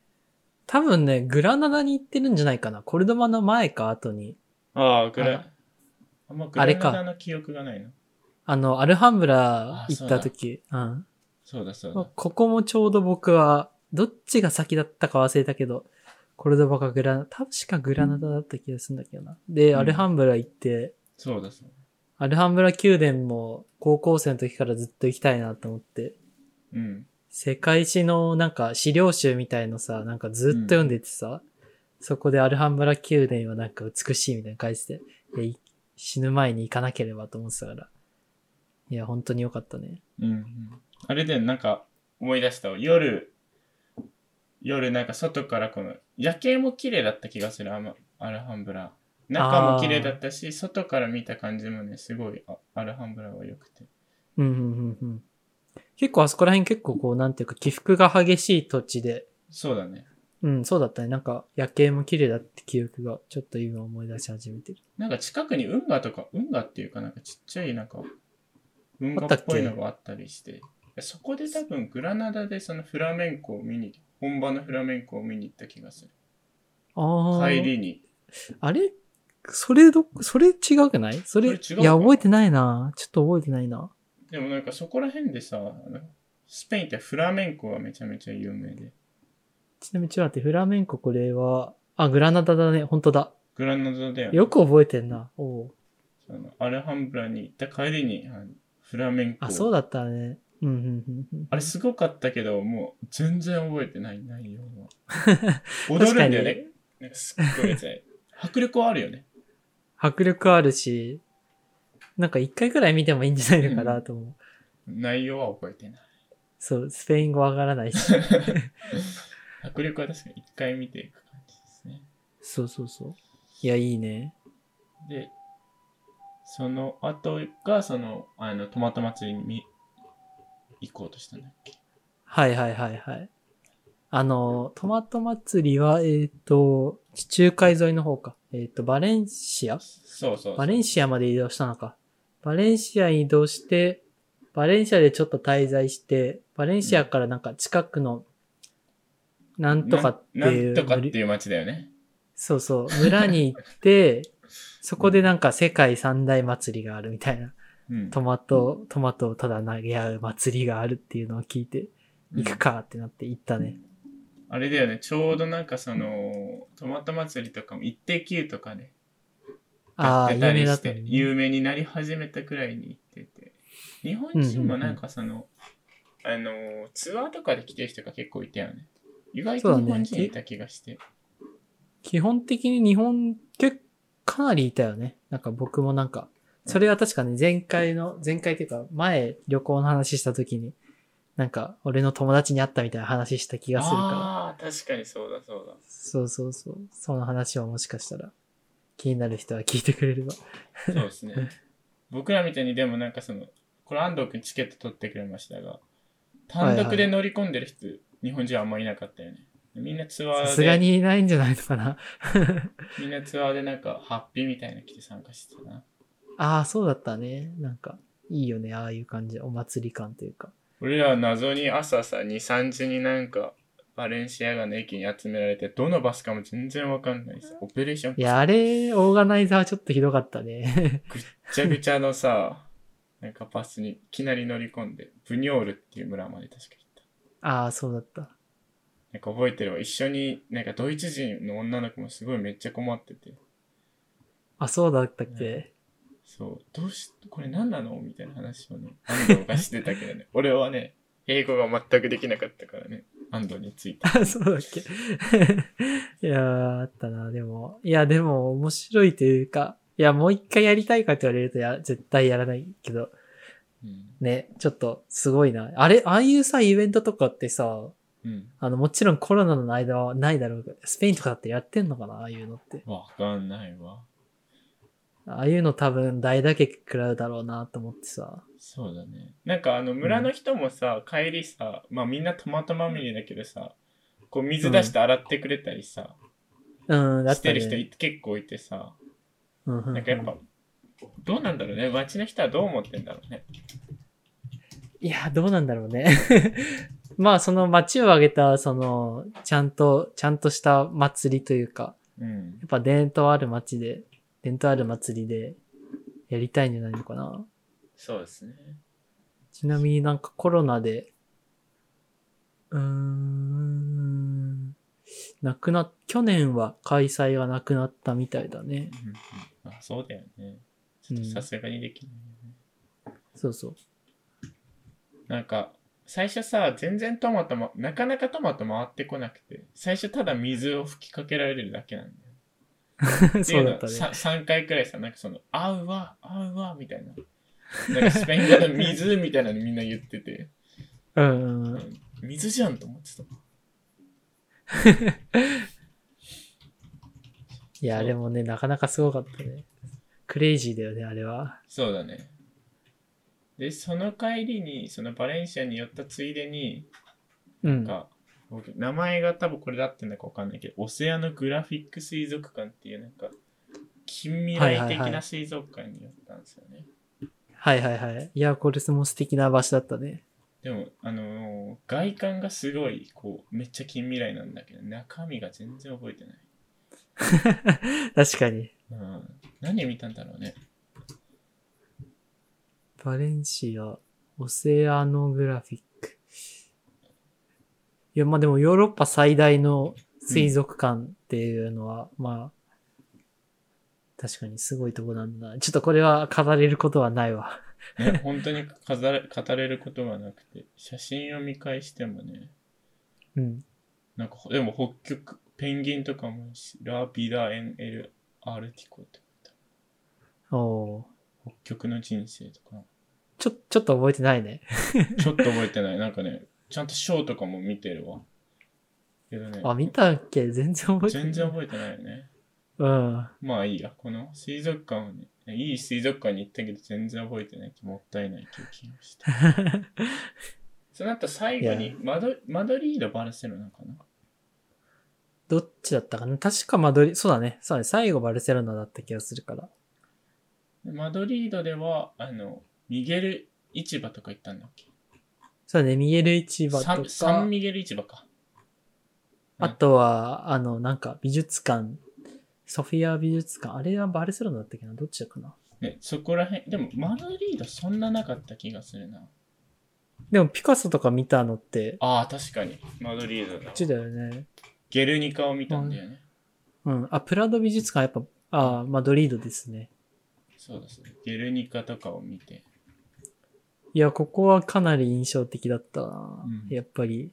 Speaker 1: 多分ね、グラナダに行ってるんじゃないかな。コルドバの前か後に、
Speaker 2: ああ、グ
Speaker 1: あ
Speaker 2: ラ、あんまグ
Speaker 1: あ
Speaker 2: ラ
Speaker 1: れ
Speaker 2: ナ
Speaker 1: か
Speaker 2: ダの記憶がないな。
Speaker 1: あの、アルハンブ
Speaker 2: あ
Speaker 1: ラ行
Speaker 2: そ
Speaker 1: っ
Speaker 2: うだ
Speaker 1: た時、うん。
Speaker 2: そうだそう
Speaker 1: まあ
Speaker 2: だ。
Speaker 1: ここもちょうど僕は、どっちが先だったか忘れたけど、コルドバかグラナ、確かグラナダだった気がするんだけどな。で、
Speaker 2: うん
Speaker 1: アルハンブラ行って、
Speaker 2: そうだそうだ。
Speaker 1: アルハンブラ宮殿も高校生の時からずっと行きたいなと思って、
Speaker 2: うん。
Speaker 1: 世界史のなんか資料集みたいのさ、なんかずっと読んでてさ、そこでアルハンブラ宮殿はなんか美しいみたいなの書いてて、でい死ぬ前に行かなければと思ってたから。いや、本当に良かったね。
Speaker 2: うんうん。あれでなんか思い出したわ夜、夜なんか外からこの夜景も綺麗だった気がする、アマアルハンブラ。中も綺麗だったし、外から見た感じもね、すごいあアルハンブラは良くて。
Speaker 1: うんうんうんうん。結構あそこら辺結構こう、なんていうか起伏が激しい土地で、
Speaker 2: そうだね。
Speaker 1: うん、そうだったね。なんか夜景も綺麗だって記憶がちょっと今思い出し始めてる。
Speaker 2: なんか近くに運河とか、運河っていうかなんかちっちゃいなんか、運河っぽいのがあったりして、そこで多分グラナダでそのフラメンコを見に、本場のフラメンコを見に行った気がする。
Speaker 1: ああ。
Speaker 2: 帰りに。
Speaker 1: あれそれど、それ違くないそれ、
Speaker 2: それ違うか
Speaker 1: いや、覚えてないな。ちょっと覚えてないな。
Speaker 2: でもなんかそこら辺でさ、あのスペインってフラメンコがめちゃめちゃ有名で、
Speaker 1: ちなみにちょっと待って、フラメンコこれは、あ、グラナダだね。本当だ。
Speaker 2: グラナダで
Speaker 1: よく覚えてんな。おう
Speaker 2: あのアルハンブラに行った帰りにあのフラメンコ。
Speaker 1: あ、そうだったね。うん、うん、うんうん。
Speaker 2: あれすごかったけど、もう全然覚えてない内容は。
Speaker 1: かに
Speaker 2: 踊るんだよね。なんかすっご いね迫力はあるよね。
Speaker 1: 迫力あるし、なんか一回くらい見てもいいんじゃないのかなと思う。
Speaker 2: 内容は覚えてない。
Speaker 1: そう、スペイン語わからないし。
Speaker 2: 迫力は確かに一回見ていく感じですね。
Speaker 1: そうそうそう。いや、いいね。
Speaker 2: で、その後が、その、あの、トマト祭りに見行こうとしたんだっけ。
Speaker 1: はいはいはいはい。あの、トマト祭りは、えっ、と、地中海沿いの方か。えっ、と、バレンシア
Speaker 2: そうそうそ
Speaker 1: バ
Speaker 2: う。
Speaker 1: レンシアまで移動したのか。バレンシアに移動して、バレンシアでちょっと滞在して、バレンシアからなんか近くの、なんとかって
Speaker 2: な
Speaker 1: いう
Speaker 2: なんとかって
Speaker 1: 村
Speaker 2: いう街だよね。
Speaker 1: そうそう、村に行って、 そこでなんか世界三大祭りがあるみたいな。
Speaker 2: うん。
Speaker 1: トマト、トマトをただ投げ合う祭りがあるっていうのを聞いて、行くかってなって行ったね。
Speaker 2: あれだよね、ちょうどなんかその、トマト祭りとかも一定級とかで、
Speaker 1: ああ、
Speaker 2: やって
Speaker 1: 有
Speaker 2: た
Speaker 1: 名
Speaker 2: り
Speaker 1: だっ
Speaker 2: したて、
Speaker 1: ね。
Speaker 2: 有名になり始めたくらいに行ってて、日本人もなんかその、あのー、ツアーとかで来てる人が結構いたよね。意外
Speaker 1: そうだ
Speaker 2: と日
Speaker 1: ね
Speaker 2: 本人いた気がして。
Speaker 1: 基本的に日本、結構かなりいたよね。なんか僕もなんか、それは確かね、前回の、前回っていうか、前旅行の話した時に、なんか、俺の友達に会ったみたいな話した気がするから。
Speaker 2: ああー、確かにそうだそうだ。
Speaker 1: そうそうそう。その話をもしかしたら、気になる人は聞いてくれれば。
Speaker 2: そうですね。僕らみたいにでもなんかその、これ安藤君チケット取ってくれましたが、単独で乗り込んでる人、日本人はあんまりいなかったよね。みんなツアーで。
Speaker 1: さすがにいないんじゃないのかな。
Speaker 2: みんなツアーでなんか、ハッピーみたいなの来て参加してたな。
Speaker 1: ああ、そうだったね。なんか、いいよね。ああいう感じ。お祭り感というか。
Speaker 2: 俺らは謎に朝さ、2、3時になんか、バレンシアガの駅に集められて、どのバスかも全然わかんないさ。オペレーション
Speaker 1: いや、あれ、オーガナイザーちょっとひどかったね。
Speaker 2: ぐっちゃぐちゃのさ、なんかバスにいきなり乗り込んで、ブニョールっていう村まで確か行った。
Speaker 1: ああ、そうだった。
Speaker 2: なんか覚えてるわ。一緒に、なんかドイツ人の女の子もすごいめっちゃ困ってて。
Speaker 1: あ、そうだったっけ、
Speaker 2: そう、どうし、これ何なのみたいな話をね、安藤がしてたけどね。 俺はね、英語が全くできなかったからね、安藤について。
Speaker 1: あ、 そうだっけいやー、あったな、でも。いや、でも、面白いというか、いや、もう一回やりたいかって言われるとや、絶対やらないけど、
Speaker 2: うん。
Speaker 1: ね、ちょっと、すごいな。あれ、ああいうさ、イベントとかってさ、
Speaker 2: うん。
Speaker 1: あの、もちろんコロナの間はないだろうけど、スペインとかだってやってんのかな、ああいうのって。
Speaker 2: わかんないわ。
Speaker 1: ああいうの多分、代だけ食らうだろうな、と思ってさ。
Speaker 2: そうだね。なんかあの村の人もさ、帰りさ、まあみんなトマトまみれだけどさ、こう水出して洗ってくれたりさ、
Speaker 1: うん、だっ
Speaker 2: したて
Speaker 1: ね
Speaker 2: る人い結構いてさ、
Speaker 1: うんうんうん
Speaker 2: なんかやっぱ、どうなんだろうね。街の人はどう思ってんだろうね。
Speaker 1: いや、どうなんだろうね。 まあ、その街を挙げた、その、ちゃんと、ちゃんとした祭りというか、
Speaker 2: うん
Speaker 1: や。っぱ伝統ある街で、伝統ある祭りでやりたいんじゃないのかな。
Speaker 2: そうですね。
Speaker 1: ちなみになんかコロナで、うーん、なくな、去年は開催がなくなったみたいだね。
Speaker 2: うんあそうだよね。 ちょっとさすがにできないよね。
Speaker 1: そうそう。
Speaker 2: なんか、最初さ、全然トマトも、なかなかトマト回ってこなくて、最初ただ水を吹きかけられるだけなんだよ。ってい
Speaker 1: そう
Speaker 2: う
Speaker 1: だ
Speaker 2: の
Speaker 1: ったね。
Speaker 2: さ3回くらいさ、なんかその、合うわ、合うわ、みたいな。なんかスペイン語の水みたいなのみんな言ってて、
Speaker 1: うんうんうん。
Speaker 2: 水じゃんと思ってた。
Speaker 1: いや、
Speaker 2: そう
Speaker 1: でもね、なかなかすごかったね。クレイジーだよね、あれは。
Speaker 2: そうだね。で、その帰りに、そのバレンシアに寄ったついでに、
Speaker 1: うん。
Speaker 2: なんか、僕、名前が多分これだってんだかわかんないけど、オセアのグラフィック水族館っていう、なんか、近未来
Speaker 1: はいは
Speaker 2: 的
Speaker 1: いは
Speaker 2: ない水族館に寄ったんですよね。
Speaker 1: はいはいはい。いや、これも素敵な場所だったね。
Speaker 2: でも、あのー外観がすごい、こう、めっちゃ近未来なんだけど、中身が全然覚えてない。
Speaker 1: 確かに。
Speaker 2: うん。何見たんだろうね。
Speaker 1: バレンシア、オセアノグラフィック。いや、まあでもヨーロッパ最大の水族館っていうのは、まあ、確かにすごいとこなんだな。ちょっとこれは語れることはないわ。
Speaker 2: ね本当に飾れ語れることがなくて、写真を見返してもね、
Speaker 1: うん。
Speaker 2: なんか、でも北極、ペンギンとかもし、ラピダエンエルアルティコって書いて
Speaker 1: おー
Speaker 2: ある北極の人生とか、
Speaker 1: ちょ、ちょっと覚えてないね。
Speaker 2: ちょっと覚えてない。なんかね、ちゃんとショーとかも見てるわ。けどね、
Speaker 1: あ、見たっけ全然覚えてない。
Speaker 2: 全然覚えてないよね。
Speaker 1: うん。
Speaker 2: まあいいや、この水族館をね、いい水族館に行ったけど全然覚えてない、もったいない経験をした。その後最後
Speaker 1: い
Speaker 2: にマドマドリード、バルセロナかな
Speaker 1: どっちだったかな確かマドリ、そうだね。そうだね。最後バルセロナだった気がするから。
Speaker 2: でマドリードでは、あの、ミゲル市場とか行ったんだっけ
Speaker 1: そうだね。ミエル市場
Speaker 2: サ
Speaker 1: と
Speaker 2: ンサ
Speaker 1: か
Speaker 2: ン、ミゲル市場か。
Speaker 1: あとは、あの、なんか美術館、ソフィア美術館、あれはバルセロナだったっけなどっちだかな
Speaker 2: ね、そこら辺、でもマドリードそんななかった気がするな。
Speaker 1: でもピカソとか見たのって、
Speaker 2: ああ、確かに、マドリード
Speaker 1: こ
Speaker 2: だ
Speaker 1: っ。ちだよね。
Speaker 2: ゲルニカを見たんだよね。
Speaker 1: うん。あ、プラド美術館やっぱ、あーマドリードですね。
Speaker 2: そうですね。ゲルニカとかを見て。
Speaker 1: いや、ここはかなり印象的だったな、
Speaker 2: うん
Speaker 1: やっぱり、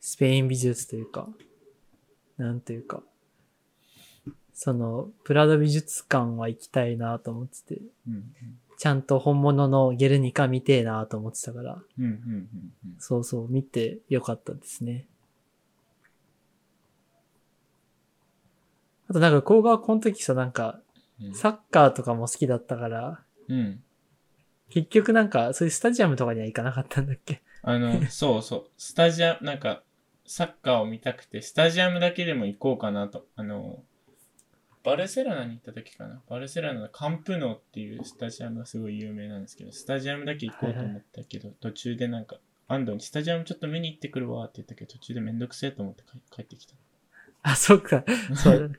Speaker 1: スペイン美術というか、なんというか、その、プラド美術館は行きたいなと思ってて、
Speaker 2: うん、
Speaker 1: ちゃんと本物のゲルニカ見てえなと思ってたから、
Speaker 2: うん、うん、うん、うん。
Speaker 1: そうそう、見てよかったですね。あとなんか、高校この時さ、なんか、
Speaker 2: うん
Speaker 1: サッカーとかも好きだったから、
Speaker 2: うん。
Speaker 1: 結局なんか、そういうスタジアムとかには行かなかったんだっけ
Speaker 2: あの、そうそう。スタジアム、なんか、サッカーを見たくて、スタジアムだけでも行こうかなと。あの、バルセロナに行った時かな。バルセロナのカンプノーっていうスタジアムがすごい有名なんですけど、スタジアムだけ行こうと思ったけど、途中でなんか、安藤にスタジアムちょっと見に行ってくるわって言ったけど、途中でめんどくせえと思って帰帰ってきた。
Speaker 1: あ、そうか。そう。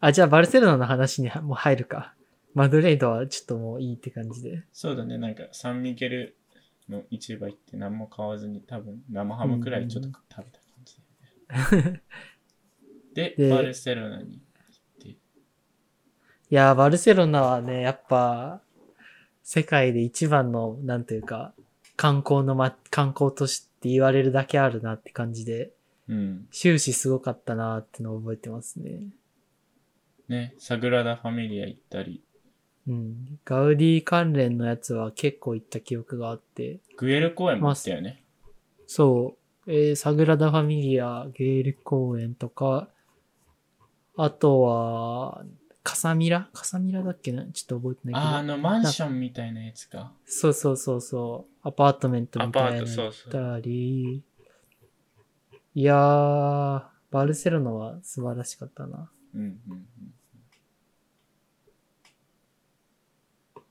Speaker 1: あ、じゃあバルセロナの話にはもう入るか。マドレードはちょっともういいって感じで。
Speaker 2: そうだね、なんか、サンミゲルの市場行って何も買わずに、多分生ハムくらいちょっと食べた感じ で。で、
Speaker 1: で
Speaker 2: バルセロナに
Speaker 1: いやー、バルセロナはね、やっぱ、世界で一番の、なんというか、観光のま、観光都市って言われるだけあるなって感じで、
Speaker 2: うん。
Speaker 1: 終始すごかったなーってのを覚えてますね。
Speaker 2: ね、サグラダ・ファミリア行ったり、
Speaker 1: うん。ガウディ関連のやつは結構行った記憶があって、
Speaker 2: グエル公園も行ったよね。
Speaker 1: そう、えー、サグラダ・ファミリア、ゲール公園とか、あとは、カサミラカサミラだっけなちょっと覚えて
Speaker 2: あーあ
Speaker 1: ないけど。
Speaker 2: の、マンションみたいなやつか。
Speaker 1: そうそうそうそう。アパートメントみたいな
Speaker 2: アパー
Speaker 1: の
Speaker 2: トそ
Speaker 1: 行
Speaker 2: う
Speaker 1: っ
Speaker 2: そう
Speaker 1: たり。いやー、バルセロナは素晴らしかったな。
Speaker 2: うんうん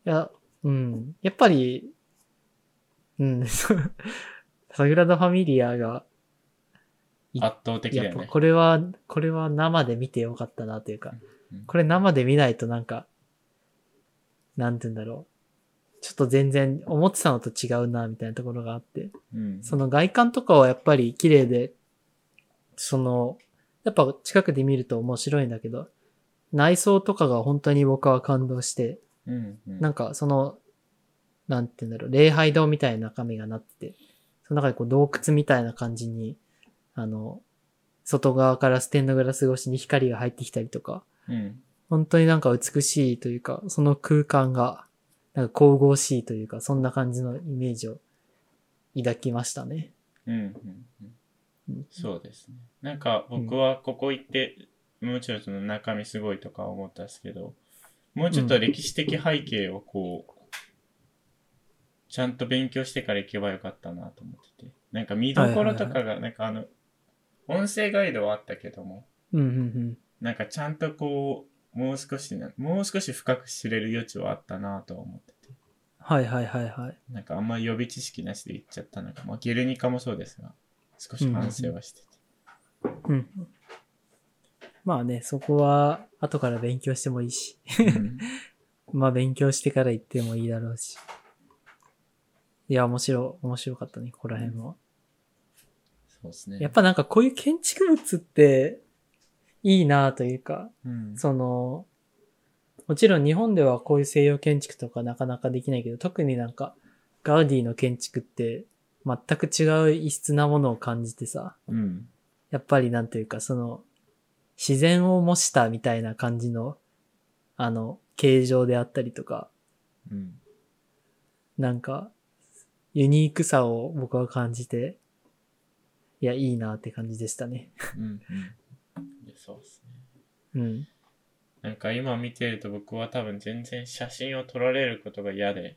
Speaker 1: いや、うん。やっぱり、うん、 そうサグラダ・ファミリアが、
Speaker 2: うん。圧倒的だ
Speaker 1: やっ
Speaker 2: よ
Speaker 1: ぱ
Speaker 2: ね。
Speaker 1: これは、これは生で見てよかったなというか
Speaker 2: うん、
Speaker 1: これ生で見ないとなんか、なんて言うんだろう。ちょっと全然思ってたのと違うな、みたいなところがあって。
Speaker 2: うん、
Speaker 1: その外観とかはやっぱり綺麗で、その、やっぱ近くで見ると面白いんだけど、内装とかが本当に僕は感動して、
Speaker 2: うんうん、
Speaker 1: なんかその、なんて言うんだろう、礼拝堂みたいな中身がなってて、その中でこう洞窟みたいな感じに、あの、外側からステンドグラス越しに光が入ってきたりとか、
Speaker 2: うん。
Speaker 1: 本当になんか美しいというか、その空間が、なんか神々しいというか、そんな感じのイメージを抱きましたね。
Speaker 2: うんうんうん
Speaker 1: うん
Speaker 2: そうですね。なんか僕はここ行って、もちろんその中身すごいとか思ったんですけど、もうちょっと歴史的背景をこう、ちゃんと勉強してから行けばよかったなと思ってて。なんか見どころとかが、なんかあの、音声ガイドはあったけども、
Speaker 1: うんうん
Speaker 2: なんかちゃんとこう、もう少しな、もう少し深く知れる余地はあったなとは思ってて。
Speaker 1: はいはいはいはい。
Speaker 2: なんかあんま予備知識なしで行っちゃったのか、まあ、ゲルニカもそうですが、少し反省はしてて。
Speaker 1: うん。まあね、そこは後から勉強してもいいし、
Speaker 2: うん
Speaker 1: まあ勉強してから行ってもいいだろうし。いや、面白い、面白かったね、ここら辺は。
Speaker 2: そうですね。
Speaker 1: やっ、ぱなんかこういう建築物っていいなというか、
Speaker 2: うん、
Speaker 1: その、もちろん日本ではこういう西洋建築とかなかなかできないけど、特になんかガウディの建築って全く違う異質なものを感じてさ、
Speaker 2: うん。
Speaker 1: やっぱりなんというかその自然を模したみたいな感じのあの形状であったりとか、
Speaker 2: うん。
Speaker 1: なんかユニークさを僕は感じて、いや、いいなって感じでしたね。
Speaker 2: うん。いやそうですね。
Speaker 1: うん。
Speaker 2: なんか今見てると僕は多分全然写真を撮られることが 嫌で、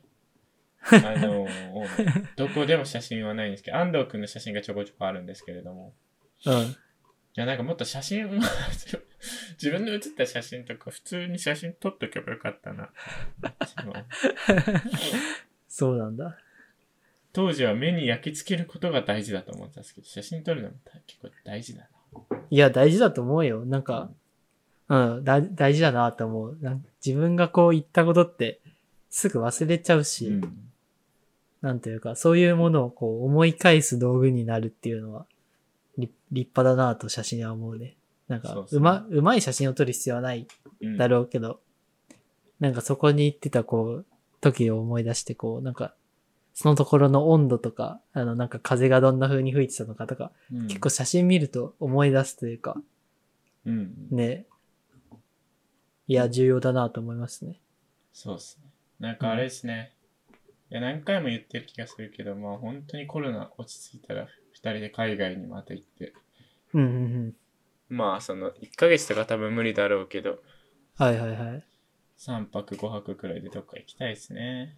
Speaker 2: あのーどこでも写真はないんですけど、安藤くんの写真がちょこちょこあるんですけれども、
Speaker 1: うん。
Speaker 2: いやなんかもっと写真、自分の写った写真とか普通に写真撮っとけばよかったな。その
Speaker 1: そうなんだ。
Speaker 2: 当時は目に焼き付けることが大事だと思ってたんですけど、写真撮るのも結構大事だな。
Speaker 1: いや、大事だと思うよ。なんか、うん、だ大事だなと思う。なん自分がこう言ったことってすぐ忘れちゃうし、
Speaker 2: うん。
Speaker 1: なんというか、そういうものをこう思い返す道具になるっていうのは、立立派だなと写真は思うね。なん
Speaker 2: そう
Speaker 1: か、
Speaker 2: そ
Speaker 1: う
Speaker 2: う
Speaker 1: ま、うまい写真を撮る必要はない
Speaker 2: うん
Speaker 1: だろうけど、なんかそこに行ってたこう、時を思い出してこう、なんか、そのところの温度とか、あの、なんか風がどんな風に吹いてたのかとか、
Speaker 2: うん
Speaker 1: 結構写真見ると思い出すというか、
Speaker 2: うん。
Speaker 1: ね。いや、重要だなと思いますね。
Speaker 2: そうですね。なんかあれですね。いや、何回も言ってる気がするけど、まあ本当にコロナ落ち着いたら、二人で海外にまた行って。
Speaker 1: うんうんうん。
Speaker 2: まあその、1ヶ月とか多分無理だろうけど、
Speaker 1: はいはいはい。
Speaker 2: 3泊5泊くらいでどっか行きたいですね。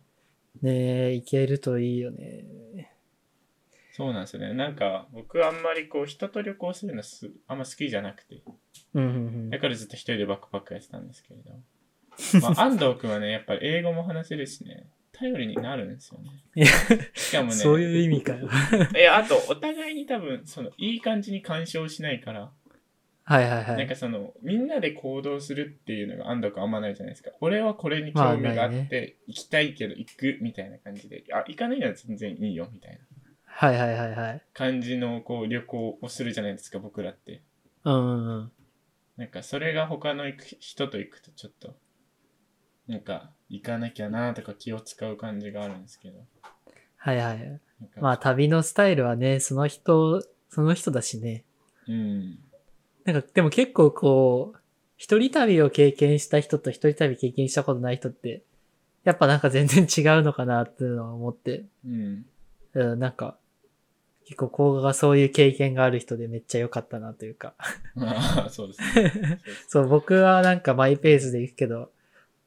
Speaker 1: ねえ、行けるといいよね。
Speaker 2: そうなんですよね。なんか、僕あんまりこう、人と旅行するのすあんま好きじゃなくて。
Speaker 1: うんうん
Speaker 2: だからずっと一人でバックパックやってたんですけれど。ま あ、安藤君はね、やっぱり英語も話せるしね、頼りになるんですよね。
Speaker 1: いや
Speaker 2: しか
Speaker 1: う
Speaker 2: も
Speaker 1: ん。
Speaker 2: ね、
Speaker 1: そういう意味 かよ。
Speaker 2: いや、あと、お互いに多分、その、いい感じに干渉しないから、
Speaker 1: はいはいは
Speaker 2: なん
Speaker 1: い。
Speaker 2: かその、みんなで行動するっていうのが安藤君あんまないじゃないですか。俺はこれに興味があっ
Speaker 1: まあない
Speaker 2: て、行きたいけど行くみたいな感じで、あ、行かないなら全然いいよみたいな
Speaker 1: はいはいはいはい。
Speaker 2: 感じの、こう、旅行をするじゃないですか、僕らって。
Speaker 1: うんうんうん。
Speaker 2: なんか、それが他の行く人と行くとちょっと、なんか、行かなきゃなとか気を使う感じがあるんですけど。
Speaker 1: はいはい。
Speaker 2: なんか
Speaker 1: まあ、旅のスタイルはね、その人、その人だしね。
Speaker 2: うん。
Speaker 1: なんか、でも結構こう、一人旅を経験した人と一人旅経験したことない人って、やっぱなんか全然違うのかなっていうのは思って。
Speaker 2: うん。
Speaker 1: うん、なんか、結構甲賀がそういう経験がある人でめっちゃ良かったなというか。
Speaker 2: まあ、そうですね。そうです
Speaker 1: そう、僕はなんかマイペースで行くけど、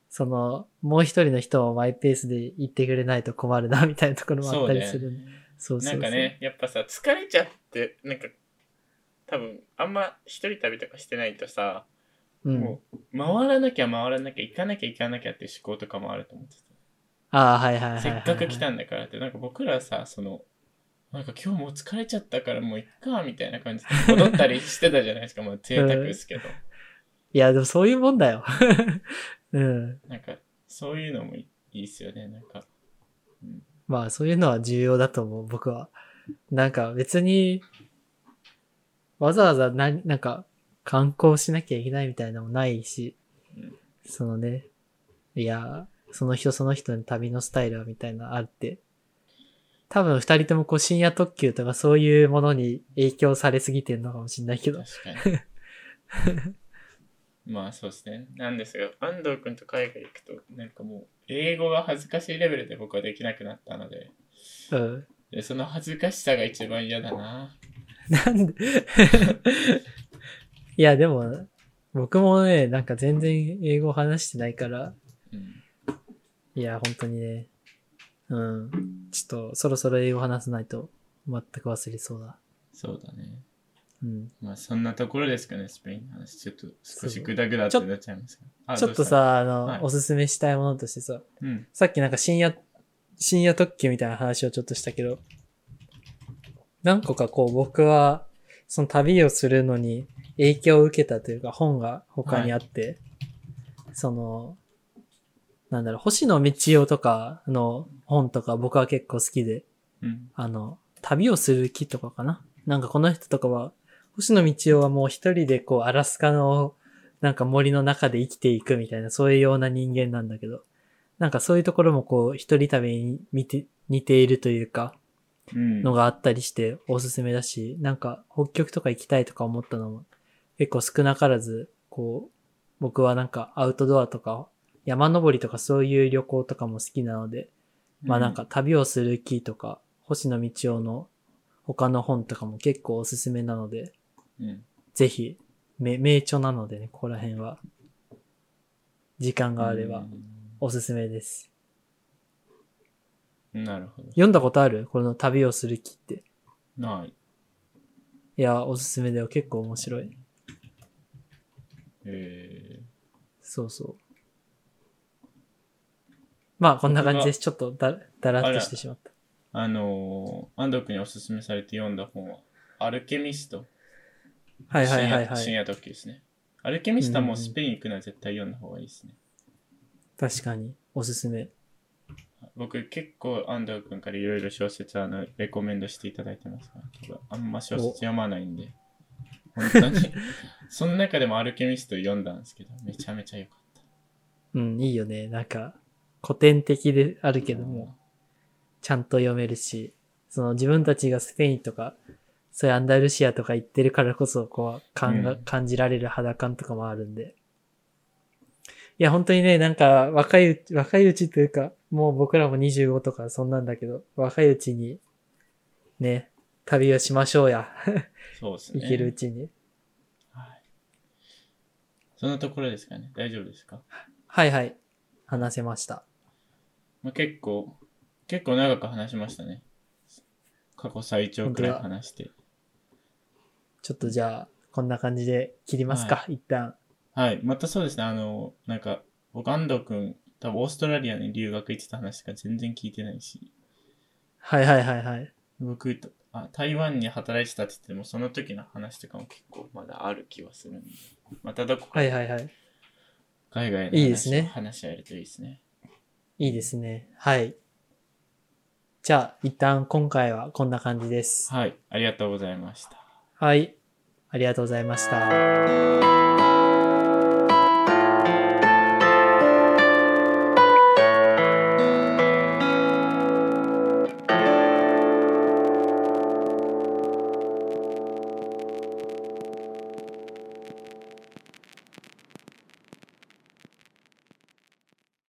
Speaker 1: その、もう一人の人もマイペースで行ってくれないと困るな、みたいなところもあ
Speaker 2: そ
Speaker 1: っ
Speaker 2: う
Speaker 1: た
Speaker 2: だ
Speaker 1: り
Speaker 2: よ
Speaker 1: するんで。
Speaker 2: ね
Speaker 1: そうそう
Speaker 2: な
Speaker 1: そ
Speaker 2: ん
Speaker 1: う。
Speaker 2: かね、やっぱさ、疲れちゃって、なんか、多分、あんま一人旅とかしてないとさ、
Speaker 1: うん。
Speaker 2: もう、回らなきゃ回らなきゃ、行かなきゃ行かなきゃっていう思考とかもあると思って
Speaker 1: ああ、はいはいはいは
Speaker 2: た。
Speaker 1: い
Speaker 2: せ
Speaker 1: はい。
Speaker 2: っかく来たんだからって、なんか僕らさ、その、なんか今日もう疲れちゃったからもういっか、みたいな感じで、戻ったりしてたじゃないですか、もう贅沢ですけど。
Speaker 1: いや、でもそういうもんだよ。 うん。
Speaker 2: なんか、そういうのもいいっすよね、なんか。
Speaker 1: まあ、そういうのは重要だと思う、僕は。なんか別に、わざわざな、なんか、観光しなきゃいけないみたいなのもないし
Speaker 2: うん、
Speaker 1: そのね、いや、その人その人の旅のスタイルはみたいなのあって、多分二人ともこう深夜特急とかそういうものに影響されすぎてんのかもしんないけど。
Speaker 2: 確かに。まあそうですね。なんですが、安藤君と海外行くと、なんかもう、英語が恥ずかしいレベルで僕はできなくなったので、
Speaker 1: うん。
Speaker 2: でその恥ずかしさが一番嫌だな。
Speaker 1: なんで いや、でも、僕もね、なんか全然英語話してないから、
Speaker 2: うん。
Speaker 1: いや、本当にね。うん。ちょっと、そろそろ英語話さないと、全く忘れそうだ。
Speaker 2: そうだね。
Speaker 1: うん。
Speaker 2: まあそんなところですかね、スペインの話。ちょっと少し
Speaker 1: そう
Speaker 2: グダグダってなっちゃいますが。あ
Speaker 1: ちょっと、
Speaker 2: どう
Speaker 1: さ、あの、
Speaker 2: はい
Speaker 1: おすすめしたいものとしてさ、
Speaker 2: したうん。
Speaker 1: さっきなんか深夜、深夜特急みたいな話をちょっとしたけど、何個かこう僕は、その旅をするのに影響を受けたというか本が他にあって、その、なんだろう、星野道夫とかの本とか僕は結構好きで、
Speaker 2: うん。
Speaker 1: あの、旅をする木とかかななんかこの人とかは、星野道夫はもう一人でこうアラスカのなんか森の中で生きていくみたいな、そういうような人間なんだけど、なんかそういうところもこう一人旅に似て似ているというか、
Speaker 2: うん。
Speaker 1: のがあったりしておすすめだし、なんか北極とか行きたいとか思ったのも結構少なからず、こう、僕はなんかアウトドアとか山登りとかそういう旅行とかも好きなので、まあなんか旅をする木とか、星野道夫の他の本とかも結構おすすめなので、
Speaker 2: うん、うん。
Speaker 1: ぜひ、め名著なのでね、ここら辺は。時間があればおすすめです。
Speaker 2: うん。なるほど。
Speaker 1: 読んだことあるこの旅をする木って。
Speaker 2: ない。
Speaker 1: いや、おすすめだよ。結構面白い。
Speaker 2: えー、
Speaker 1: そうそう。まあこんな感じです。ちょっとだだらっとしてしまった。
Speaker 2: あのー、安藤君におすすめされて読んだ本は、アルケミスト。
Speaker 1: はいはいはいは
Speaker 2: 深夜深
Speaker 1: い。
Speaker 2: 夜特急ですね。アルケミストはもうスペイン行くのは絶対読んだ方がいいですね。
Speaker 1: 確かに、おすすめ。
Speaker 2: 僕結構安藤君からいろいろ小説あのレコメンドしていただいてますから、あんま小説読まないんで、本 当に。その中でもアルケミスト読んだんですけど、めちゃめちゃ良かっ
Speaker 1: うん、いいよね。なんか、古典的である
Speaker 2: た。
Speaker 1: けども、ちゃんと読めるし、その自分たちがスペインとか、そういうアンダルシアとか行ってるからこそ、こう、感が、
Speaker 2: うん
Speaker 1: 感じられる肌感とかもあるんで。いや、本当にね、なんか、若いうち、若いうちというか、もう僕らも25とかそんなんだけど、若いうちに、ね、旅をしましょうや。
Speaker 2: そうですね。
Speaker 1: 行けるうちに。
Speaker 2: はい。そんなところですかね。大丈夫ですか、
Speaker 1: はいはい。話せました。
Speaker 2: まあ、結構、結構長く話しましたね。過去最長くらい話して。
Speaker 1: ちょっとじゃあ、こんな感じで切りますか、一旦。
Speaker 2: はい。またそうですね。あの、なんか、僕、安藤くん、多分オーストラリアに留学行ってた話とか全然聞いてないし、
Speaker 1: はいはいはいはい。
Speaker 2: 僕と、あ、台湾に働いてたって言っても、その時の話とかも結構まだある気はするんで、またどこか
Speaker 1: はいはいはい。
Speaker 2: 海外の
Speaker 1: いいです
Speaker 2: 話
Speaker 1: ね
Speaker 2: を話し合えるといいですね。
Speaker 1: いいですね。はい。じゃあ、一旦今回はこんな感じです。
Speaker 2: はい。ありがとうございました。
Speaker 1: はい。ありがとうございました。